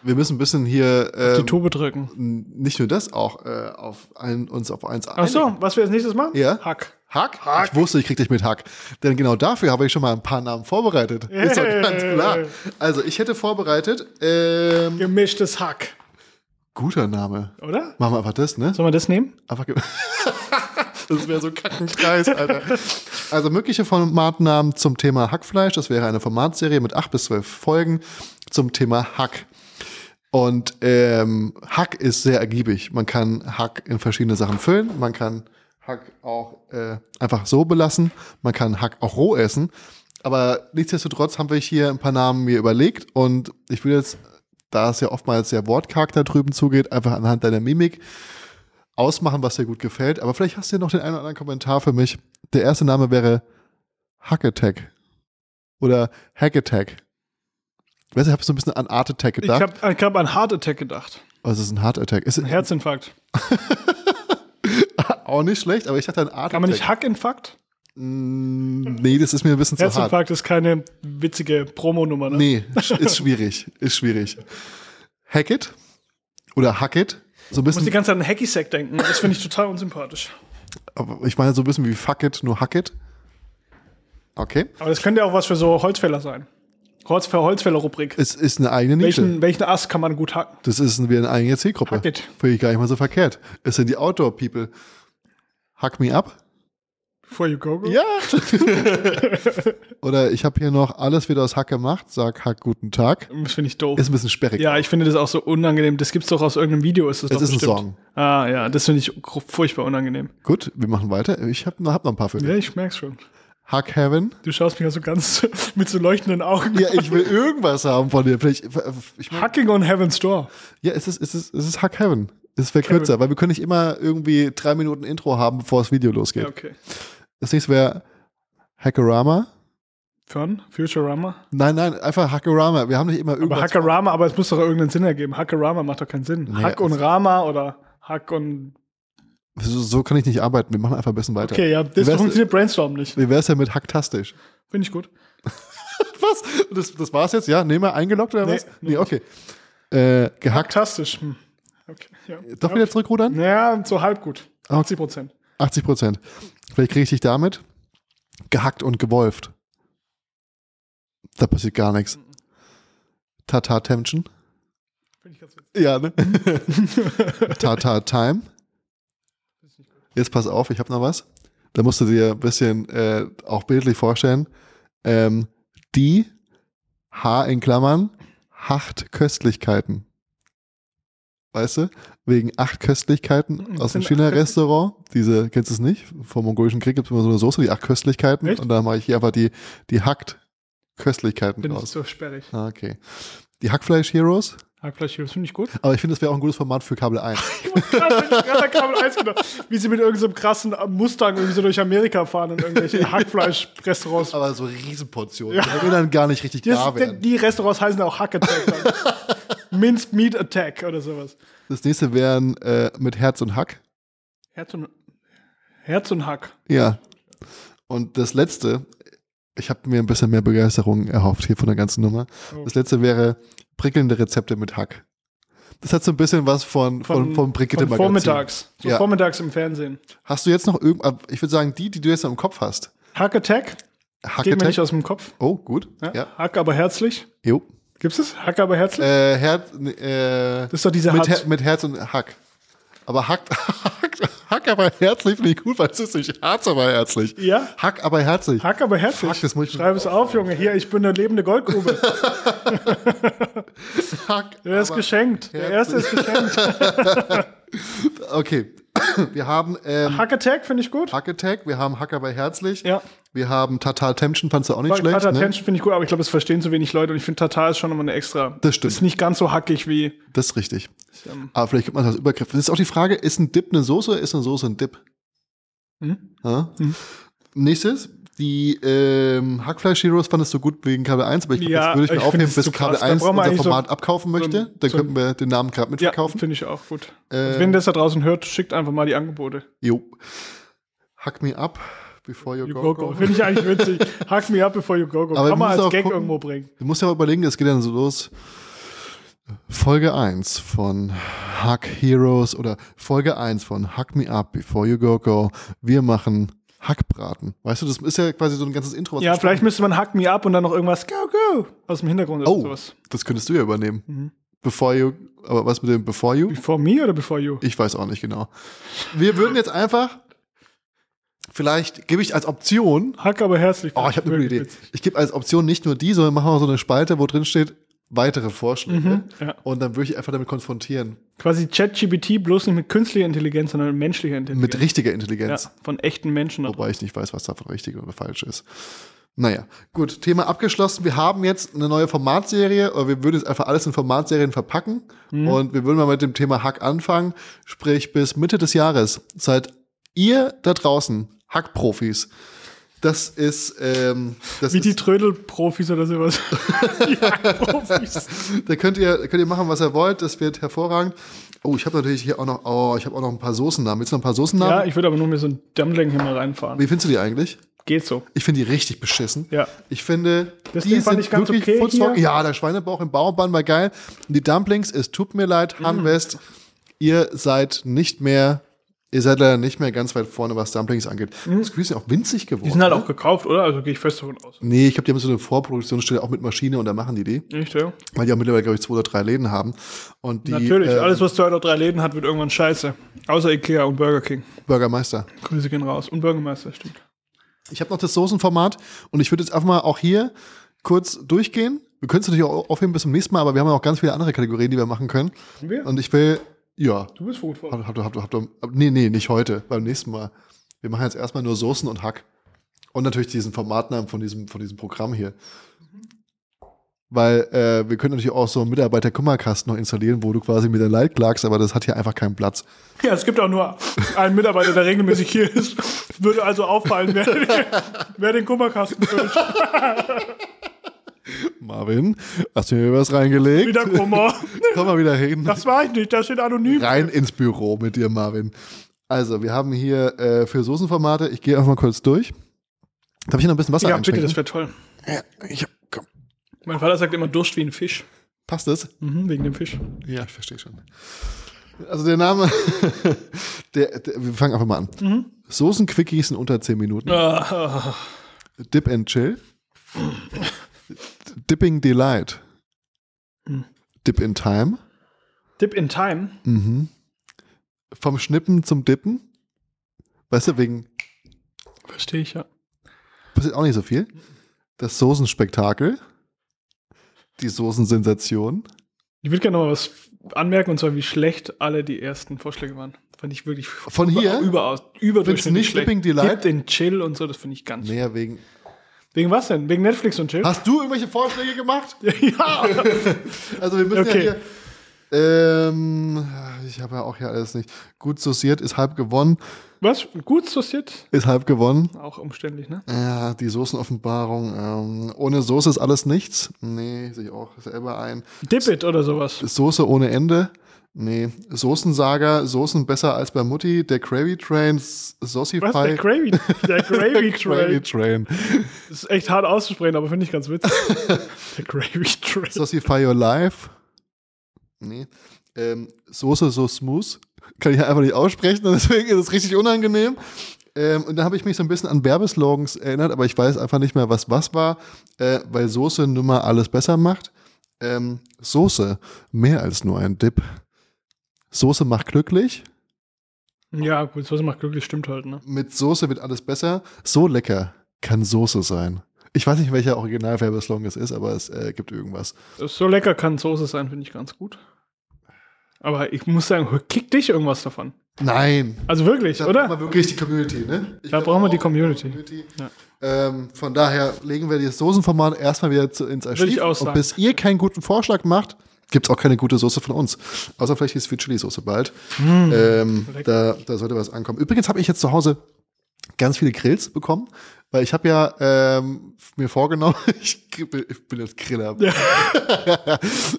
B: Wir müssen ein bisschen hier
C: Die
B: ähm,
C: Tube drücken.
B: nicht nur das auch äh, auf ein, uns auf eins
C: Ach so, was wir als nächstes machen?
B: Ja.
C: Hack.
B: Hack? Ich wusste, ich krieg dich mit Hack. Denn genau dafür habe ich schon mal ein paar Namen vorbereitet. Ist doch ganz klar. Also, ich hätte vorbereitet, ähm,
C: Gemischtes Hack.
B: guter Name.
C: Oder?
B: Machen wir einfach das, ne?
C: Sollen wir das nehmen?
B: Einfach ge- das wäre so kackenkreis, Alter. Also mögliche Formatnamen zum Thema Hackfleisch. Das wäre eine Formatserie mit acht bis zwölf Folgen zum Thema Hack. Und ähm, Hack ist sehr ergiebig. Man kann Hack in verschiedene Sachen füllen. Man kann Hack auch äh, einfach so belassen. Man kann Hack auch roh essen. Aber nichtsdestotrotz haben wir hier ein paar Namen mir überlegt. Und ich will jetzt, da es ja oftmals sehr wortkarg da drüben zugeht, einfach anhand deiner Mimik ausmachen, was dir gut gefällt. Aber vielleicht hast du ja noch den einen oder anderen Kommentar für mich. Der erste Name wäre Hack Attack. Oder Hack Attack. Ich weiß nicht, ich habe so ein bisschen an Art Attack
C: Ich
B: gedacht.
C: habe ich hab an Heart Attack gedacht.
B: also es ist ein Heart Attack. Ist
C: Ein Herzinfarkt.
B: auch nicht schlecht, aber ich dachte an Art
C: Kann man nicht
B: Attack.
C: Hackinfarkt?
B: Mm, nee, das ist mir ein bisschen zu hart.
C: Herzinfarkt ist keine witzige Promonummer, ne?
B: Nee, sch- ist schwierig. Ist schwierig. Hackett oder Hackett. So ein
C: Ich muss die
B: bisschen,
C: ganze Zeit an Hacky-Sack denken. Das finde ich total unsympathisch.
B: aber ich meine so ein bisschen wie Fuck it, nur Hackett. Okay.
C: Aber das könnte ja auch was für so Holzfäller sein. Holz für Holzfäller-Rubrik.
B: Es ist eine eigene Nische.
C: Welchen, welchen Ast kann man gut hacken?
B: Das ist wie eine eigene Zielgruppe.
C: Hack it.
B: Finde ich gar nicht mal so verkehrt. Es sind die Outdoor-People. Hack me up.
C: Before you go, go?
B: Ja. Oder ich habe hier noch alles wieder aus Hack gemacht. Sag Hack guten Tag.
C: Das finde ich doof.
B: Ist ein bisschen sperrig.
C: ja, ich finde das auch so unangenehm. Das gibt's doch aus irgendeinem Video. Ist das
B: es
C: doch
B: ist ein
C: bestimmt.
B: Song.
C: Ah, ja, das finde ich gro- furchtbar unangenehm.
B: Gut, wir machen weiter. Ich habe noch, hab noch ein paar für dich.
C: Ja, ich merk's schon.
B: Hack Heaven.
C: Du schaust mich ja so ganz mit so leuchtenden Augen.
B: Ja, ich will irgendwas haben von dir. Vielleicht, äh, ich mein,
C: Hacking on Heaven's Door.
B: ja, es ist, es ist, es ist Hack Heaven. Es wäre kürzer, weil wir können nicht immer irgendwie drei Minuten Intro haben, bevor das Video losgeht.
C: Ja, okay.
B: Das nächste wäre Hackorama.
C: Fern? Futurama?
B: Nein, nein, einfach Hackorama. Wir haben nicht immer
C: Aber
B: irgendwas.
C: Hackerama, aber es muss doch irgendeinen Sinn ergeben. Hackerama macht doch keinen Sinn.
B: Naja,
C: Hack und
B: es-
C: Rama oder Hack und.
B: so, so kann ich nicht arbeiten. Wir machen einfach ein bisschen weiter.
C: Okay, ja, das
B: Wär's-
C: funktioniert Brainstorm nicht.
B: Wie wär's denn mit Hacktastisch?
C: Finde ich gut.
B: Was? Das, das war's jetzt? Ja? Nehmen wir eingeloggt oder
C: Nee,
B: was?
C: nee.
B: Nee, okay. Äh, gehackt.
C: Fantastisch. Hm. Okay, ja.
B: Doch Ah, wieder zurückrudern?
C: Naja, so halb gut. 80 Prozent.
B: 80 Prozent. Vielleicht kriege ich dich damit. Gehackt und gewolft. Da passiert gar nichts. Tata Temption.
C: Finde ich ganz witzig.
B: Ja, ne? Tata Time. Jetzt pass auf, ich habe noch was. Da musst du dir ein bisschen äh, auch bildlich vorstellen. Ähm, die H in Klammern acht Köstlichkeiten. Weißt du? Wegen acht Köstlichkeiten
C: Mhm,
B: aus dem
C: sind acht
B: China-Restaurant. Diese, kennst du es nicht? Vom mongolischen Krieg gibt es immer so eine Soße, die acht Köstlichkeiten.
C: Echt?
B: Und da mache ich hier einfach die, die hackt Köstlichkeiten
C: Bin ich
B: draus.
C: so sperrig.
B: Ah, okay. Die Hackfleisch-Heroes.
C: Hackfleisch, das finde ich gut.
B: Aber ich finde, das wäre auch ein gutes Format für Kabel 1.
C: Ich wollte gerade- ich hab gerade Kabel eins gedacht. Wie sie mit irgendeinem krassen Mustang irgendwie so durch Amerika fahren und irgendwelche Hackfleisch-Restaurants.
B: aber so Riesenportionen, die mir dann gar nicht richtig
C: Das-
B: klar
C: die,
B: werden.
C: die Restaurants heißen auch Hack Attack. dann. Minced Meat Attack oder sowas.
B: Das nächste wären äh, mit Herz und Hack.
C: Herz und, Herz und Hack.
B: Ja. Und das letzte, ich habe mir ein bisschen mehr Begeisterung erhofft hier von der ganzen Nummer.
C: Oh.
B: Das letzte wäre prickelnde Rezepte mit Hack. Das hat so ein bisschen was von, von, von, vom Brigitte
C: von
B: Magazin.
C: Vormittags. So
B: Ja.
C: Vormittags im Fernsehen.
B: Hast du jetzt noch irgendwas, ich würde sagen, die, die du jetzt noch im Kopf hast.
C: Hack Attack.
B: Hack
C: Geht mir
B: Attack.
C: nicht aus dem Kopf.
B: Oh, gut. Ja.
C: Ja? Hack aber herzlich.
B: Jo.
C: Gibt's es? Hack aber herzlich?
B: Äh, Herz, nee, äh,
C: Das ist doch dieser
B: mit,
C: Harz-
B: Her mit Herz und Hack. Aber Hack, Hack, Hack aber herzlich finde ich gut, weil es ist nicht Herz, aber herzlich.
C: Ja.
B: Hack aber herzlich.
C: Hack aber herzlich.
B: Äh, Fuck, das muss ich-
C: Schreib es auf, Junge. Hier, ich bin eine lebende Goldgrube.
B: Hack
C: Der ist
B: aber-
C: geschenkt. Der erste ist geschenkt.
B: okay. Wir haben ähm,
C: Hack Attack finde ich gut.
B: Hack Attack, wir haben Hack aber herzlich.
C: Ja.
B: Wir haben Tatar Temption, fandst du auch nicht schlecht.
C: Tata
B: ne?
C: Tension finde ich gut, aber ich glaube, es verstehen zu wenig Leute und ich finde Tata ist schon immer eine extra.
B: Das stimmt.
C: Ist nicht ganz so hackig wie.
B: Das ist richtig.
C: ähm,
B: Aber vielleicht gibt man das als Übergriff. Das ist auch die Frage, ist ein Dip eine Soße, ist eine Soße ein Dip?
C: Hm?
B: Ja? Nächstes, die ähm, Hackfleisch-Heroes fandest du gut wegen Kabel 1, aber ich glaube,
C: Ja,
B: jetzt würde ich mir
C: ich
B: aufheben,
C: find's
B: bis
C: zu krass.
B: Kabel
C: Da
B: 1
C: brauchen wir
B: unser
C: eigentlich so
B: Format abkaufen möchte.
C: ein-
B: dann
C: so ein-
B: könnten wir den Namen gerade
C: Ja,
B: mitverkaufen.
C: finde ich auch gut.
B: Äh,
C: Wenn ihr das da draußen hört, schickt einfach mal die Angebote.
B: jo. Hack me up before you,
C: You
B: go.
C: go,
B: go.
C: go. Finde ich eigentlich witzig. Hack me up before you go, go.
B: Aber
C: Kann
B: wir
C: man
B: müssen
C: als
B: auch
C: Gag
B: gucken.
C: irgendwo bringen.
B: Du musst ja mal überlegen, das geht dann so los. Folge 1 von Hack Heroes oder Folge 1 von Hack Me Up Before You Go Go. Wir machen Hackbraten. Weißt du, das ist ja quasi so ein ganzes Intro. was
C: Ja,
B: wir
C: vielleicht müsste man Hack me up und dann noch irgendwas go, go aus dem Hintergrund oder
B: Oh,
C: sowas. Mhm.
B: das könntest du ja übernehmen. Before you, aber was mit dem Before you?
C: Before me oder before you?
B: Ich weiß auch nicht genau. Wir würden jetzt einfach, vielleicht gebe ich als Option,
C: Hack aber herzlich.
B: oh, ich habe eine gute Idee.
C: Wirklich witzig.
B: Ich gebe als Option nicht nur die, sondern machen wir so eine Spalte, wo drin steht, weitere Vorschläge.
C: ja.
B: Und dann würde ich einfach damit konfrontieren.
C: Quasi ChatGPT bloß nicht mit künstlicher Intelligenz, sondern mit menschlicher Intelligenz.
B: Mit richtiger
C: ja,
B: Intelligenz. Oh,
C: von echten Menschen.
B: Wobei ich nicht weiß, was davon richtig oder falsch ist. Naja, gut, Thema abgeschlossen. Wir haben jetzt eine neue Formatserie, oder wir würden jetzt einfach alles in Formatserien verpacken
C: Mhm.
B: und wir würden mal mit dem Thema Hack anfangen. Sprich, bis Mitte des Jahres seid ihr da draußen Hack-Profis. Das ist, ähm, das
C: Wie die
B: ist,
C: Trödelprofis oder sowas. ja, Profis.
B: da könnt ihr, da könnt ihr machen, was ihr wollt. Das wird hervorragend. Oh, ich habe natürlich hier auch noch, oh, ich habe auch noch ein paar Soßennamen. Willst du noch ein paar Soßennamen?
C: Ja, ich würde aber nur mir so ein Dumpling hier mal reinfahren.
B: Wie findest du die eigentlich?
C: Geht so.
B: Ich finde die richtig beschissen.
C: Ja.
B: Ich finde,
C: Das
B: die
C: Ding fand
B: sind
C: ich ganz
B: wirklich
C: okay
B: furztrocken.
C: hier.
B: Ja, der Schweinebauch im Bauernbann war geil. Und die Dumplings, es tut mir leid,
C: Mm.
B: Hanwest, ihr seid nicht mehr, ihr seid leider nicht mehr ganz weit vorne, was Dumplings angeht.
C: Mm.
B: Das Gefühl ist ja auch winzig geworden. ne?
C: Die sind halt auch gekauft, oder? Also gehe ich fest davon aus.
B: nee, ich glaube, die haben so eine Vorproduktionsstelle auch mit Maschine und da machen die die,
C: Nicht, ja?
B: weil die auch mittlerweile, glaube ich, zwei oder drei Läden haben. Und die
C: Natürlich.
B: äh,
C: Alles, was zwei oder drei Läden hat, wird irgendwann scheiße. Außer Ikea und Burger King.
B: Bürgermeister.
C: Grüße gehen raus. Und Bürgermeister, stimmt.
B: Ich habe noch das Soßenformat und ich würde jetzt einfach mal auch hier kurz durchgehen. Wir können es natürlich auch aufheben bis zum nächsten Mal, aber wir haben ja auch ganz viele andere Kategorien, die wir machen können.
C: Haben wir?
B: Und ich will, ja,
C: Du bist gut vor.
B: hab, hab, hab, hab, hab, nee, nee, nicht heute, beim nächsten Mal. Wir machen jetzt erstmal nur Soßen und Hack. Und natürlich diesen Formatnamen von diesem, von diesem Programm hier. Weil äh, wir können natürlich auch so einen Mitarbeiter-Kummerkasten noch installieren, wo du quasi mit der Leid klagst, aber das hat hier einfach keinen Platz.
C: Ja, es gibt auch nur einen Mitarbeiter, der regelmäßig hier ist. Würde also auffallen, wer, wer den Kummerkasten füllt.
B: Marvin, hast du mir was reingelegt?
C: Wieder Kummer.
B: Komm mal wieder hin.
C: Das war ich nicht, das steht anonym.
B: rein ins Büro mit dir, Marvin. Also, wir haben hier äh, für Soßenformate, ich gehe einfach mal kurz durch. Darf ich hier noch ein bisschen Wasser
C: Ja, bitte,
B: einschenken?
C: das wäre toll.
B: ja, ich hab, komm.
C: Mein Vater sagt immer Durst wie ein Fisch.
B: Passt das?
C: Mhm, wegen dem Fisch.
B: Ja, ich verstehe schon. Also der Name, der, der, wir fangen einfach mal an. Soßenquickies in unter 10 Minuten.
C: Ah,
B: Dip and Chill. Dipping Delight. Dip in Time.
C: Dip in Time.
B: Mhm. Vom Schnippen zum Dippen. Weißt du, wegen
C: Verstehe ich ja.
B: passiert auch nicht so viel. Das Soßenspektakel. Die Soßensensation.
C: Ich würde gerne noch mal was anmerken, und zwar, wie schlecht alle die ersten Vorschläge waren. Fand ich wirklich
B: Von hier?
C: überaus, überdurchschnittlich
B: nicht
C: schlecht.
B: Sleeping Delight?
C: Dip in Chill und so, das finde ich ganz schlecht.
B: Naja, wegen.
C: Wegen was denn? Wegen Netflix und Chill?
B: Hast du irgendwelche Vorschläge gemacht?
C: ja.
B: Also wir müssen
C: Okay.
B: ja hier. Ähm, ich habe ja auch hier alles nicht. Gut sauciert, ist halb gewonnen,
C: Was? Gut sortiert?
B: ist halb gewonnen.
C: Auch umständlich, ne?
B: Ja, die Soßenoffenbarung. Ähm, ohne Soße ist alles nichts. Nee, sehe ich auch selber ein.
C: Dip it oder sowas.
B: Soße ohne Ende. Nee. Soßensager, Soßen besser als bei Mutti. Der Gravy Train,
C: Was? Der
B: Saucify.
C: Gravy, der Gravy
B: Gravy
C: Train.
B: Train.
C: Das ist echt hart auszusprechen, aber finde ich ganz witzig. der Gravy Train.
B: Saucify Your Life. Nee. Ähm, Soße so smooth. Kann ich ja einfach nicht aussprechen und deswegen ist es richtig unangenehm. Ähm, und da habe ich mich so ein bisschen an Werbeslogans erinnert, aber ich weiß einfach nicht mehr, was was war, äh, weil Soße nun mal alles besser macht. Ähm, Soße, mehr als nur ein Dip. Soße macht glücklich.
C: Ja, gut, sowas macht glücklich, stimmt halt, ne?
B: Mit Soße wird alles besser. So lecker kann Soße sein. Ich weiß nicht, welcher Original-Werbeslogan es ist, aber es äh, gibt irgendwas.
C: So lecker kann Soße sein, finde ich ganz gut. Aber ich muss sagen, kick dich irgendwas davon.
B: Nein,
C: Also wirklich,
B: Da
C: oder?
B: brauchen wir wirklich die Community, ne? Ich
C: Da
B: glaub
C: brauchen wir
B: auch
C: die Community. Ja.
B: Ähm, von daher legen wir das Soßenformat erstmal wieder zu, ins Archiv.
C: Würde ich auch
B: Und
C: sagen.
B: bis ihr keinen guten Vorschlag macht, gibt es auch keine gute Soße von uns. Außer vielleicht die Sweet Chili Soße bald.
C: Hm.
B: ähm, da, da sollte was ankommen. Übrigens habe ich jetzt zu Hause ganz viele Grills bekommen, weil ich habe ja ähm, mir vorgenommen, ich, gr- ich bin jetzt Griller.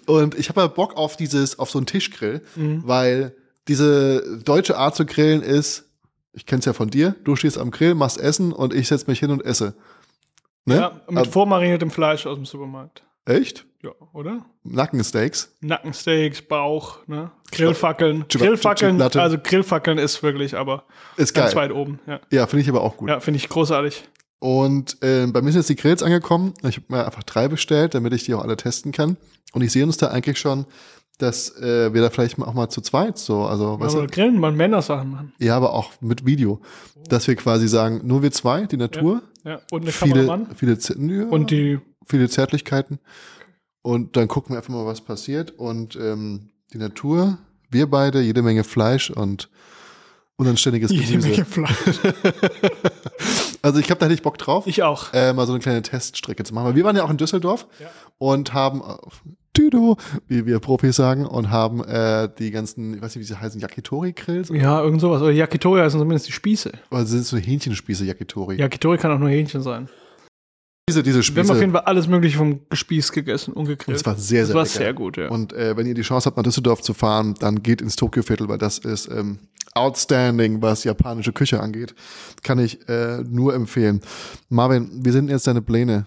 B: Und ich habe ja Bock auf dieses, auf so einen Tischgrill,
C: Mhm.
B: weil diese deutsche Art zu grillen ist, ich kenne es ja von dir, du stehst am Grill, machst Essen und ich setze mich hin und esse. Ne?
C: Ja, mit
B: Aber-
C: vormariniertem Fleisch aus dem Supermarkt.
B: echt?
C: Ja, oder?
B: Nackensteaks?
C: Nackensteaks, Bauch, ne? Grillfackeln.
B: Chip- Chip-
C: Grillfackeln,
B: Latte.
C: also Grillfackeln ist wirklich aber
B: Ist
C: ganz
B: geil.
C: weit oben. Ja,
B: Ja, finde ich aber auch gut.
C: ja finde ich großartig.
B: Und äh, bei mir sind jetzt die Grills angekommen. Ich habe mir einfach drei bestellt, damit ich die auch alle testen kann. Und ich sehe uns da eigentlich schon, dass äh, wir da vielleicht mal- auch mal zu zweit so, also weißt
C: Aber
B: du,
C: grillen, man Männersachen machen.
B: ja, aber auch mit Video, dass wir quasi sagen, nur wir zwei, die Natur,
C: Ja, und eine
B: viele,
C: Kameramann.
B: viele, Z ja,
C: Und die,
B: viele Zärtlichkeiten. Und dann gucken wir einfach mal, was passiert. Und ähm, die Natur, wir beide, jede Menge Fleisch und unanständiges
C: jede
B: Gemüse.
C: Menge Fleisch.
B: Also ich habe da nicht Bock drauf.
C: Ich auch.
B: äh, mal so eine kleine Teststrecke zu machen. Weil wir waren ja auch in Düsseldorf
C: Ja.
B: und haben äh, Tüdo, wie wir Profis sagen, und haben äh, die ganzen, ich weiß nicht, wie sie heißen, Yakitori-Grills?
C: Ja, irgend sowas. Oder Yakitori heißen zumindest die Spieße.
B: Oder sind es so Hähnchenspieße, Yakitori?
C: Yakitori kann auch nur Hähnchen sein.
B: Diese, diese
C: Wir haben auf jeden
B: Spieße.
C: Fall alles Mögliche vom Spieß gegessen und
B: Und
C: gegrillt.
B: es war sehr,
C: das
B: sehr,
C: war
B: lecker.
C: sehr gut, ja.
B: Und äh, wenn ihr die Chance habt, nach Düsseldorf zu fahren, dann geht ins Tokio-Viertel, weil das ist ähm, outstanding, was japanische Küche angeht. Kann ich äh, nur empfehlen. Marvin, wir sind jetzt deine Pläne.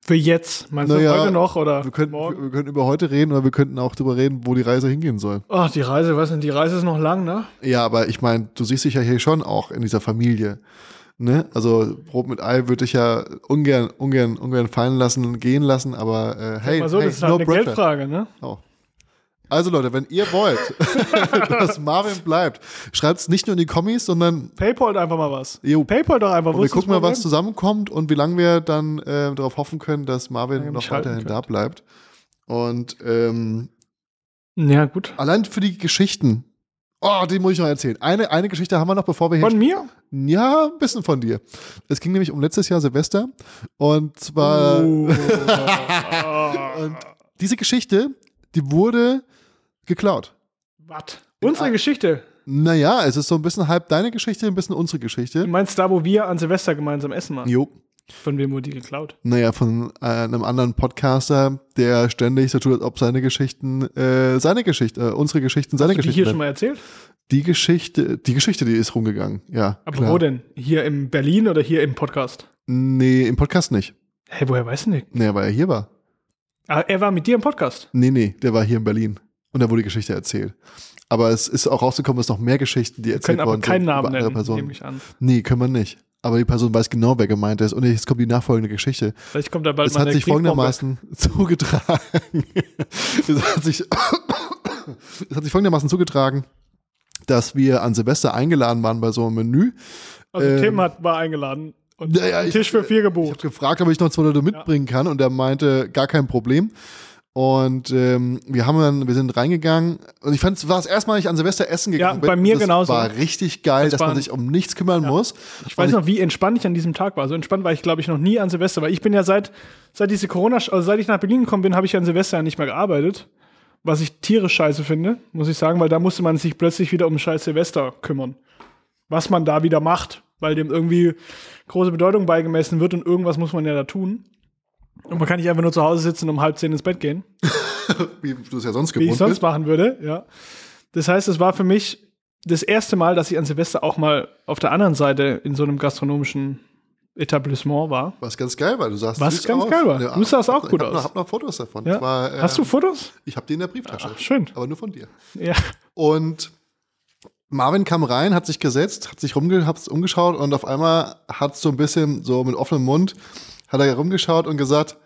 C: Für jetzt. Meinst du
B: Naja,
C: heute noch oder
B: Wir könnten,
C: morgen?
B: wir könnten über heute reden oder wir könnten auch darüber reden, wo die Reise hingehen soll.
C: Ach, die Reise, weiß nicht, die Reise ist noch lang, ne?
B: Ja, aber ich meine, du siehst dich ja hier schon auch in dieser Familie. Ne? Also Brot mit Ei würde ich ja ungern, ungern, ungern fallen lassen, gehen lassen, aber äh, hey,
C: Mal so,
B: hey,
C: das ist halt
B: no
C: eine
B: pressure.
C: Geldfrage, ne?
B: Oh. Also Leute, wenn ihr wollt, dass Marvin bleibt, schreibt es nicht nur in die Kommis, sondern
C: Paypal einfach mal was.
B: Jo.
C: Paypal doch einfach.
B: und
C: wo
B: wir
C: ist das
B: gucken mal, was
C: Problem?
B: zusammenkommt und wie lange wir dann äh, darauf hoffen können, dass Marvin
C: Ja,
B: noch
C: mich halten
B: weiterhin
C: könnt.
B: da bleibt. Und ähm,
C: Ja, gut.
B: allein für die Geschichten. Oh, die muss ich noch erzählen. Eine, eine Geschichte haben wir noch, bevor wir hier
C: Von mir?
B: Ja, ein bisschen von dir. Es ging nämlich um letztes Jahr Silvester. Und zwar
C: Oh.
B: und diese Geschichte, die wurde geklaut.
C: Was?
B: Ah.
C: Unsere Geschichte.
B: Naja, es ist so ein bisschen halb deine Geschichte, ein bisschen unsere
C: Du
B: Geschichte.
C: meinst da, wo wir an Silvester gemeinsam essen waren?
B: Jo.
C: Von wem wurde die geklaut?
B: Naja, von äh, einem anderen Podcaster, der ständig so tut, als ob seine Geschichten, äh, seine Geschichte, äh, unsere Geschichten, seine
C: Hast du die
B: Geschichten.
C: hier schon
B: wären.
C: mal erzählt?
B: die Geschichte, die Geschichte, die ist rumgegangen. Ja.
C: Aber
B: klar.
C: wo denn? Hier in Berlin oder hier im Podcast?
B: Nee, im Podcast nicht.
C: Hä, hey, woher weißt du denn?
B: Naja, weil er hier war.
C: Ah, er war mit dir im Podcast.
B: Nee, nee, der war hier in Berlin. Und da wurde die Geschichte erzählt. Aber es ist auch rausgekommen, dass noch mehr Geschichten, die
C: Wir können
B: erzählt
C: aber
B: worden
C: keinen
B: sind,
C: Namen
B: über andere
C: nennen,
B: Personen.
C: nehme ich an.
B: Nee, können wir nicht. Aber die Person weiß genau, wer gemeint ist. Und jetzt kommt die nachfolgende Geschichte.
C: Vielleicht kommt da bald
B: es
C: halt
B: hat
C: mal eine
B: sich
C: Briefbombe.
B: folgendermaßen zugetragen. es, hat sich es hat sich folgendermaßen zugetragen, dass wir an Silvester eingeladen waren bei so einem Menü.
C: Also
B: ähm,
C: Tim hat war eingeladen und
B: Ja, ja,
C: einen
B: ich-
C: Tisch für vier
B: Ich
C: gebucht.
B: habe gefragt, ob ich noch zwei Leute mitbringen kann und er meinte, gar kein Problem. Und ähm, wir haben dann, wir sind reingegangen und ich fand, es war es erstmal nicht an Silvester essen gegangen.
C: bei
B: bin.
C: mir
B: das
C: genauso.
B: War richtig geil, dass
C: war
B: man
C: ein-
B: sich um nichts kümmern muss.
C: Ich weiß noch, wie entspannt ich an diesem Tag war. So entspannt war ich, glaube ich, noch nie an Silvester, weil ich bin ja seit, seit diese Corona, also seit ich nach Berlin gekommen bin, habe ich an Silvester ja nicht mehr gearbeitet. Was ich tierisch scheiße finde, muss ich sagen, weil da musste man sich plötzlich wieder um scheiß Silvester kümmern. Was man da wieder macht, weil dem irgendwie große Bedeutung beigemessen wird und irgendwas muss man ja da tun. Und man kann nicht einfach nur zu Hause sitzen und um halb zehn ins Bett gehen
B: wie du es ja sonst
C: wie ich
B: gewohnt
C: sonst
B: bist.
C: machen würde, ja. Das heißt, es war für mich das erste Mal, dass ich an Silvester auch mal auf der anderen Seite in so einem gastronomischen Etablissement war.
B: Was ganz geil war. Du sahst
C: Was
B: süß
C: ganz
B: aus.
C: geil war.
B: Ja,
C: Du sahst auch
B: ich
C: gut
B: hab
C: aus.
B: Noch, hab noch Fotos davon.
C: Ja.
B: Das War, äh,
C: Hast du Fotos?
B: Ich habe die in der Brieftasche.
C: Ach, schön.
B: Aber nur von dir.
C: Ja.
B: Und Marvin kam rein, hat sich gesetzt, hat sich rumge hat's umgeschaut und auf einmal hat so ein bisschen so mit offenem Mund hat er rumgeschaut und gesagt,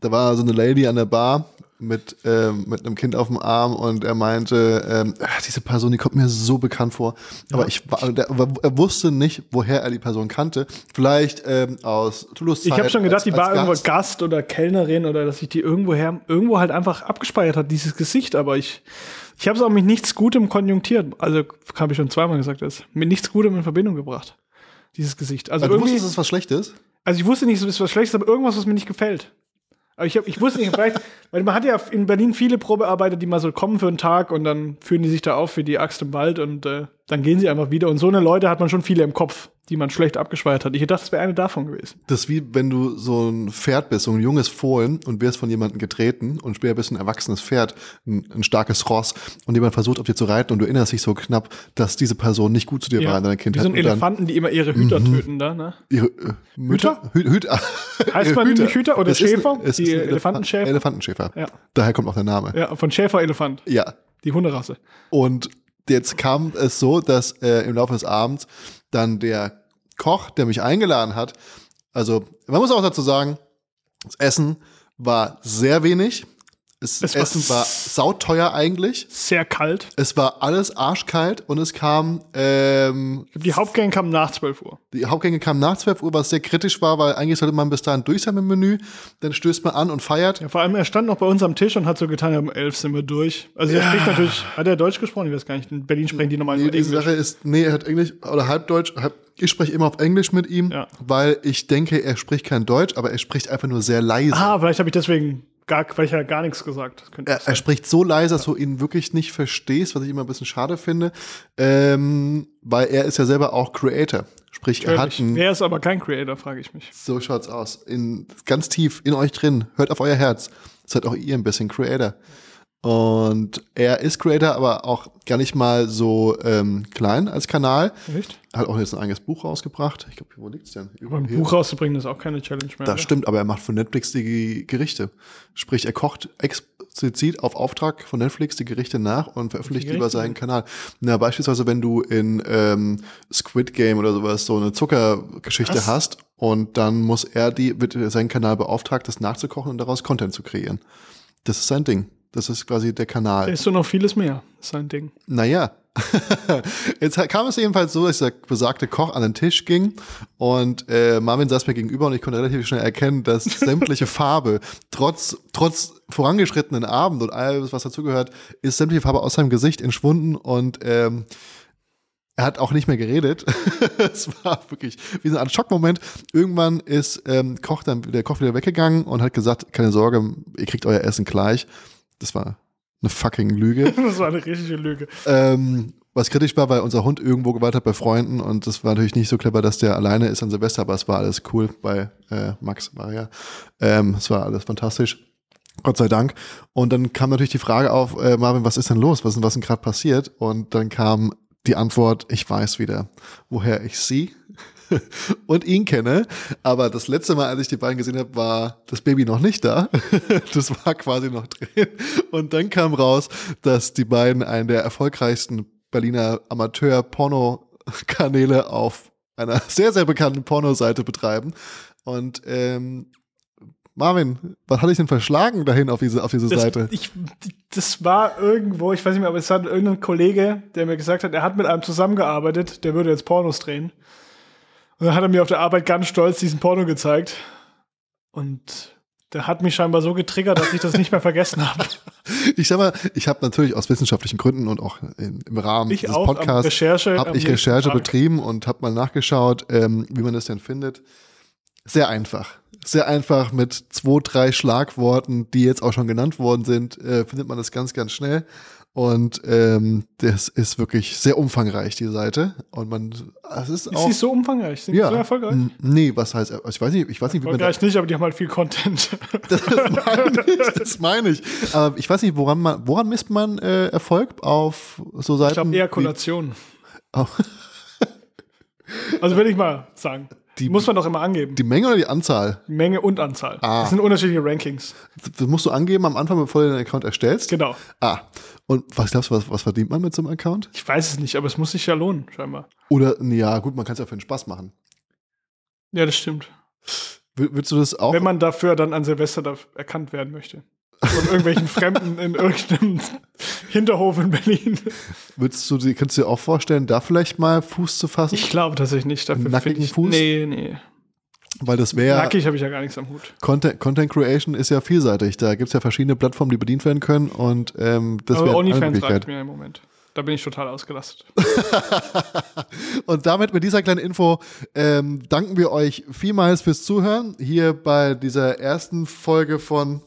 B: da war so eine Lady an der Bar mit, ähm, mit einem Kind auf dem Arm und er meinte, ähm, "Ah, diese Person, die kommt mir so bekannt vor. Aber ich war, der, er wusste nicht, woher er die Person kannte. Vielleicht ähm, aus Toulouse.
C: Ich habe schon gedacht, die war irgendwo
B: Gast.
C: Gast oder Kellnerin oder dass ich die irgendwo her, irgendwo halt einfach abgespeichert hat, dieses Gesicht, aber ich, ich habe es auch mit nichts Gutem konjunktiert. Also, habe ich schon zweimal gesagt, das. Mit nichts Gutem in Verbindung gebracht. Dieses Gesicht. Also,
B: Also du
C: irgendwie.
B: wusstest, dass es was Schlechtes?
C: Also ich wusste nicht, es ist was Schlechtes, aber irgendwas, was mir nicht gefällt. Aber ich, hab, ich wusste nicht, vielleicht, weil man hat ja in Berlin viele Probearbeiter, die mal so kommen für einen Tag und dann führen die sich da auf wie die Axt im Wald und äh, dann gehen sie einfach wieder. Und so eine Leute hat man schon viele im Kopf, die man schlecht abgespeichert hat. Ich dachte, es wäre eine davon gewesen.
B: Das ist wie wenn du so ein Pferd bist, so ein junges Fohlen und wirst von jemandem getreten und später bist du ein erwachsenes Pferd, ein, ein starkes Ross und jemand versucht auf dir zu reiten und du erinnerst dich so knapp, dass diese Person nicht gut zu dir war in deiner
C: wie
B: Kindheit.
C: so ein
B: und dann Mhm.
C: Elefanten, die immer ihre Hüter töten da, ne?
B: Ihre, äh, Mütter? Hü Hüter.
C: Heißt man nicht Hüter oder
B: Es ist ein-
C: Schäfer?
B: es
C: Die
B: ist ein Elefant-
C: Elefantenschäfer?
B: Elefantenschäfer.
C: Ja.
B: Daher kommt auch der Name.
C: Ja, von Schäferelefant,
B: ja.
C: die Hunderasse.
B: Und jetzt kam es so, dass äh, im Laufe des Abends dann der Koch, der mich eingeladen hat, also man muss auch dazu sagen, das Essen war sehr wenig, Es,
C: Es war
B: Essen war sauteuer eigentlich.
C: Sehr kalt.
B: Es war alles arschkalt und es kam, ähm,
C: Ich glaub, Die Hauptgang kam nach 12 Uhr.
B: die Hauptgänge kamen nach 12 Uhr, was sehr kritisch war, weil eigentlich sollte man bis dahin durch sein mit dem Menü. Dann stößt man an und feiert.
C: Ja, vor allem, er stand noch bei uns am Tisch und hat so getan, ja, um 11 sind wir durch. Also, er spricht natürlich, hat er Deutsch gesprochen? Ich weiß gar nicht. In Berlin sprechen die normal
B: Nee,
C: nur
B: die
C: Also Englisch.
B: Sache ist, nee, er hat Englisch oder halbdeutsch. Halb, ich spreche immer auf Englisch mit ihm,
C: Ja.
B: weil ich denke, er spricht kein Deutsch, aber er spricht einfach nur sehr leise.
C: Ah, vielleicht habe ich deswegen gar, vielleicht hat er gar nichts gesagt. Das könnte
B: Er, er spricht so leise, dass du ihn wirklich nicht verstehst, was ich immer ein bisschen schade finde, ähm, weil er ist ja selber auch Creator. Sprich, er hat einen,
C: Er ist aber kein Creator, frage ich mich.
B: so schaut's aus, in, ganz tief in euch drin, hört auf euer Herz, seid auch ihr ein bisschen Creator. Und er ist Creator, aber auch gar nicht mal so ähm, klein als Kanal.
C: Nicht?
B: Er hat auch jetzt ein eigenes Buch rausgebracht. Ich glaube, wo liegt's denn?
C: Aber ein
B: Hier.
C: Buch rauszubringen, ist auch keine Challenge mehr.
B: Das stimmt, aber er macht von Netflix die Gerichte. Sprich, er kocht explizit auf Auftrag von Netflix die Gerichte nach und veröffentlicht die über
C: Gerichte?
B: seinen Kanal. Na, beispielsweise, wenn du in ähm, Squid Game oder sowas so eine Zuckergeschichte
C: Was?
B: hast und dann muss er die, wird sein Kanal beauftragt, das nachzukochen und daraus Content zu kreieren. Das ist sein Ding. Das ist quasi der Kanal.
C: Da ist so noch vieles mehr. Das ist sein Ding.
B: Naja. Jetzt kam es jedenfalls so, dass der besagte Koch an den Tisch ging und äh, Marvin saß mir gegenüber und ich konnte relativ schnell erkennen, dass sämtliche Farbe, trotz, trotz vorangeschrittenen Abend und alles, was dazugehört, ist sämtliche Farbe aus seinem Gesicht entschwunden und ähm, er hat auch nicht mehr geredet. es war wirklich wie so ein Schockmoment. Irgendwann ist ähm, Koch dann, der Koch wieder weggegangen und hat gesagt, keine Sorge, ihr kriegt euer Essen gleich. Das war eine fucking Lüge
C: Das war eine richtige Lüge.
B: ähm, was kritisch war, weil unser Hund irgendwo gewartet hat bei Freunden und das war natürlich nicht so clever, dass der alleine ist an Silvester, aber es war alles cool bei äh, Max war ja. Ähm, es war alles fantastisch. Gott sei Dank. Und dann kam natürlich die Frage auf, äh, Marvin, was ist denn los? Was, ist- was ist denn gerade passiert? Und dann kam die Antwort, ich weiß wieder, woher ich sie und ihn kenne. Aber das letzte Mal, als ich die beiden gesehen habe, war das Baby noch nicht da. das war quasi noch drin. Und dann kam raus, dass die beiden einen der erfolgreichsten Berliner Amateur-Porno-Kanäle auf einer sehr, sehr bekannten Pornoseite betreiben. Und ähm, Marvin, was hatte ich denn verschlagen dahin auf diese, auf diese
C: Das,
B: Seite?
C: ich, das war irgendwo, ich weiß nicht mehr, aber es hat irgendein Kollege, der mir gesagt hat, er hat mit einem zusammengearbeitet, der würde jetzt Pornos drehen. Und dann hat er mir auf der Arbeit ganz stolz diesen Porno gezeigt. Und der hat mich scheinbar so getriggert, dass ich das nicht mehr vergessen habe.
B: Ich sag mal, ich habe natürlich aus wissenschaftlichen Gründen und auch in, im Rahmen
C: Ich
B: des
C: auch, am
B: Podcasts
C: Recherche. am
B: habe ich
C: nächsten
B: Recherche
C: Tag.
B: betrieben und habe mal nachgeschaut, ähm, wie man das denn findet. Sehr einfach. Sehr einfach mit zwei, drei Schlagworten, die jetzt auch schon genannt worden sind, äh, findet man das ganz, ganz schnell. Und ähm, das ist wirklich sehr umfangreich, die Seite. Und man, es ist
C: Ist
B: auch.
C: sie so umfangreich? Sind
B: ja, Mhm.
C: die so erfolgreich?
B: N- Nee, was heißt, also ich weiß nicht, ich weiß nicht, wie man da,
C: Erfolgreich nicht, aber die haben halt viel Content.
B: das meine ich, das meine ich. Aber ich weiß nicht, woran man, woran misst man äh, Erfolg auf so Seiten?
C: Ich glaube eher
B: wie-
C: Kollation.
B: Oh.
C: Also will ich mal sagen.
B: Die-
C: Muss man doch immer angeben.
B: Die Menge oder die Anzahl?
C: Menge und Anzahl.
B: Ah.
C: Das sind unterschiedliche Rankings.
B: Das musst du angeben am Anfang, bevor du den Account erstellst.
C: Genau.
B: Ah, und was glaubst du, was, was verdient man mit so einem Account?
C: Ich weiß es nicht, aber es muss sich ja lohnen, scheinbar.
B: Oder, nee, ja, gut, man kann es ja für den Spaß machen.
C: Ja, das stimmt.
B: Wür- Würdest du das auch?
C: Wenn man dafür dann an Silvester da erkannt werden möchte. Von irgendwelchen Fremden in irgendeinem Hinterhof in Berlin.
B: Würdest du, dir- könntest du dir auch vorstellen, da vielleicht mal Fuß zu fassen?
C: Ich glaube tatsächlich nicht. Dafür
B: Nackigen
C: find ich,
B: Fuß?
C: Nee, nee.
B: Weil das wäre,
C: Nackig habe ich ja gar nichts am Hut.
B: Content, Content Creation ist ja vielseitig. Da gibt es ja verschiedene Plattformen, die bedient werden können und ähm, das wäre
C: aber
B: eine
C: OnlyFans
B: Möglichkeit.
C: reicht mir im Moment. Da bin ich total ausgelastet.
B: Und damit mit dieser kleinen Info ähm, danken wir euch vielmals fürs Zuhören hier bei dieser ersten Folge von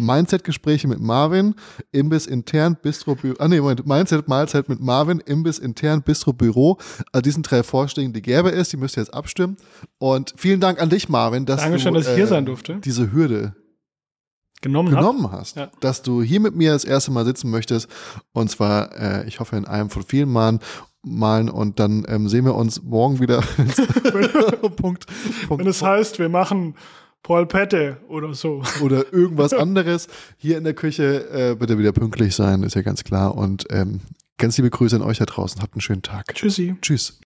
B: Mindset-Gespräche mit Marvin, Imbiss intern, Bistro Büro. Ah, nee, Moment, Mindset, Mahlzeit mit Marvin, Imbiss intern, Bistro Büro. Also diesen drei Vorschlägen, die gäbe es, die müsst ihr jetzt abstimmen. Und vielen Dank an dich, Marvin, dass
C: Dankeschön,
B: du äh,
C: dass ich hier sein durfte.
B: diese Hürde
C: Genommen, hab.
B: genommen hast,
C: Ja.
B: dass du hier mit mir das erste Mal sitzen möchtest. Und zwar, äh, ich hoffe, in einem von vielen Malen. Malen und dann ähm, sehen wir uns morgen wieder. Punkt,
C: Wenn
B: Punkt
C: es heißt, wir machen Paul Pette oder so.
B: oder irgendwas anderes hier in der Küche. Äh, bitte wieder pünktlich sein, ist ja ganz klar. Und ähm, ganz liebe Grüße an euch da draußen. Habt einen schönen Tag.
C: Tschüssi.
B: Tschüss.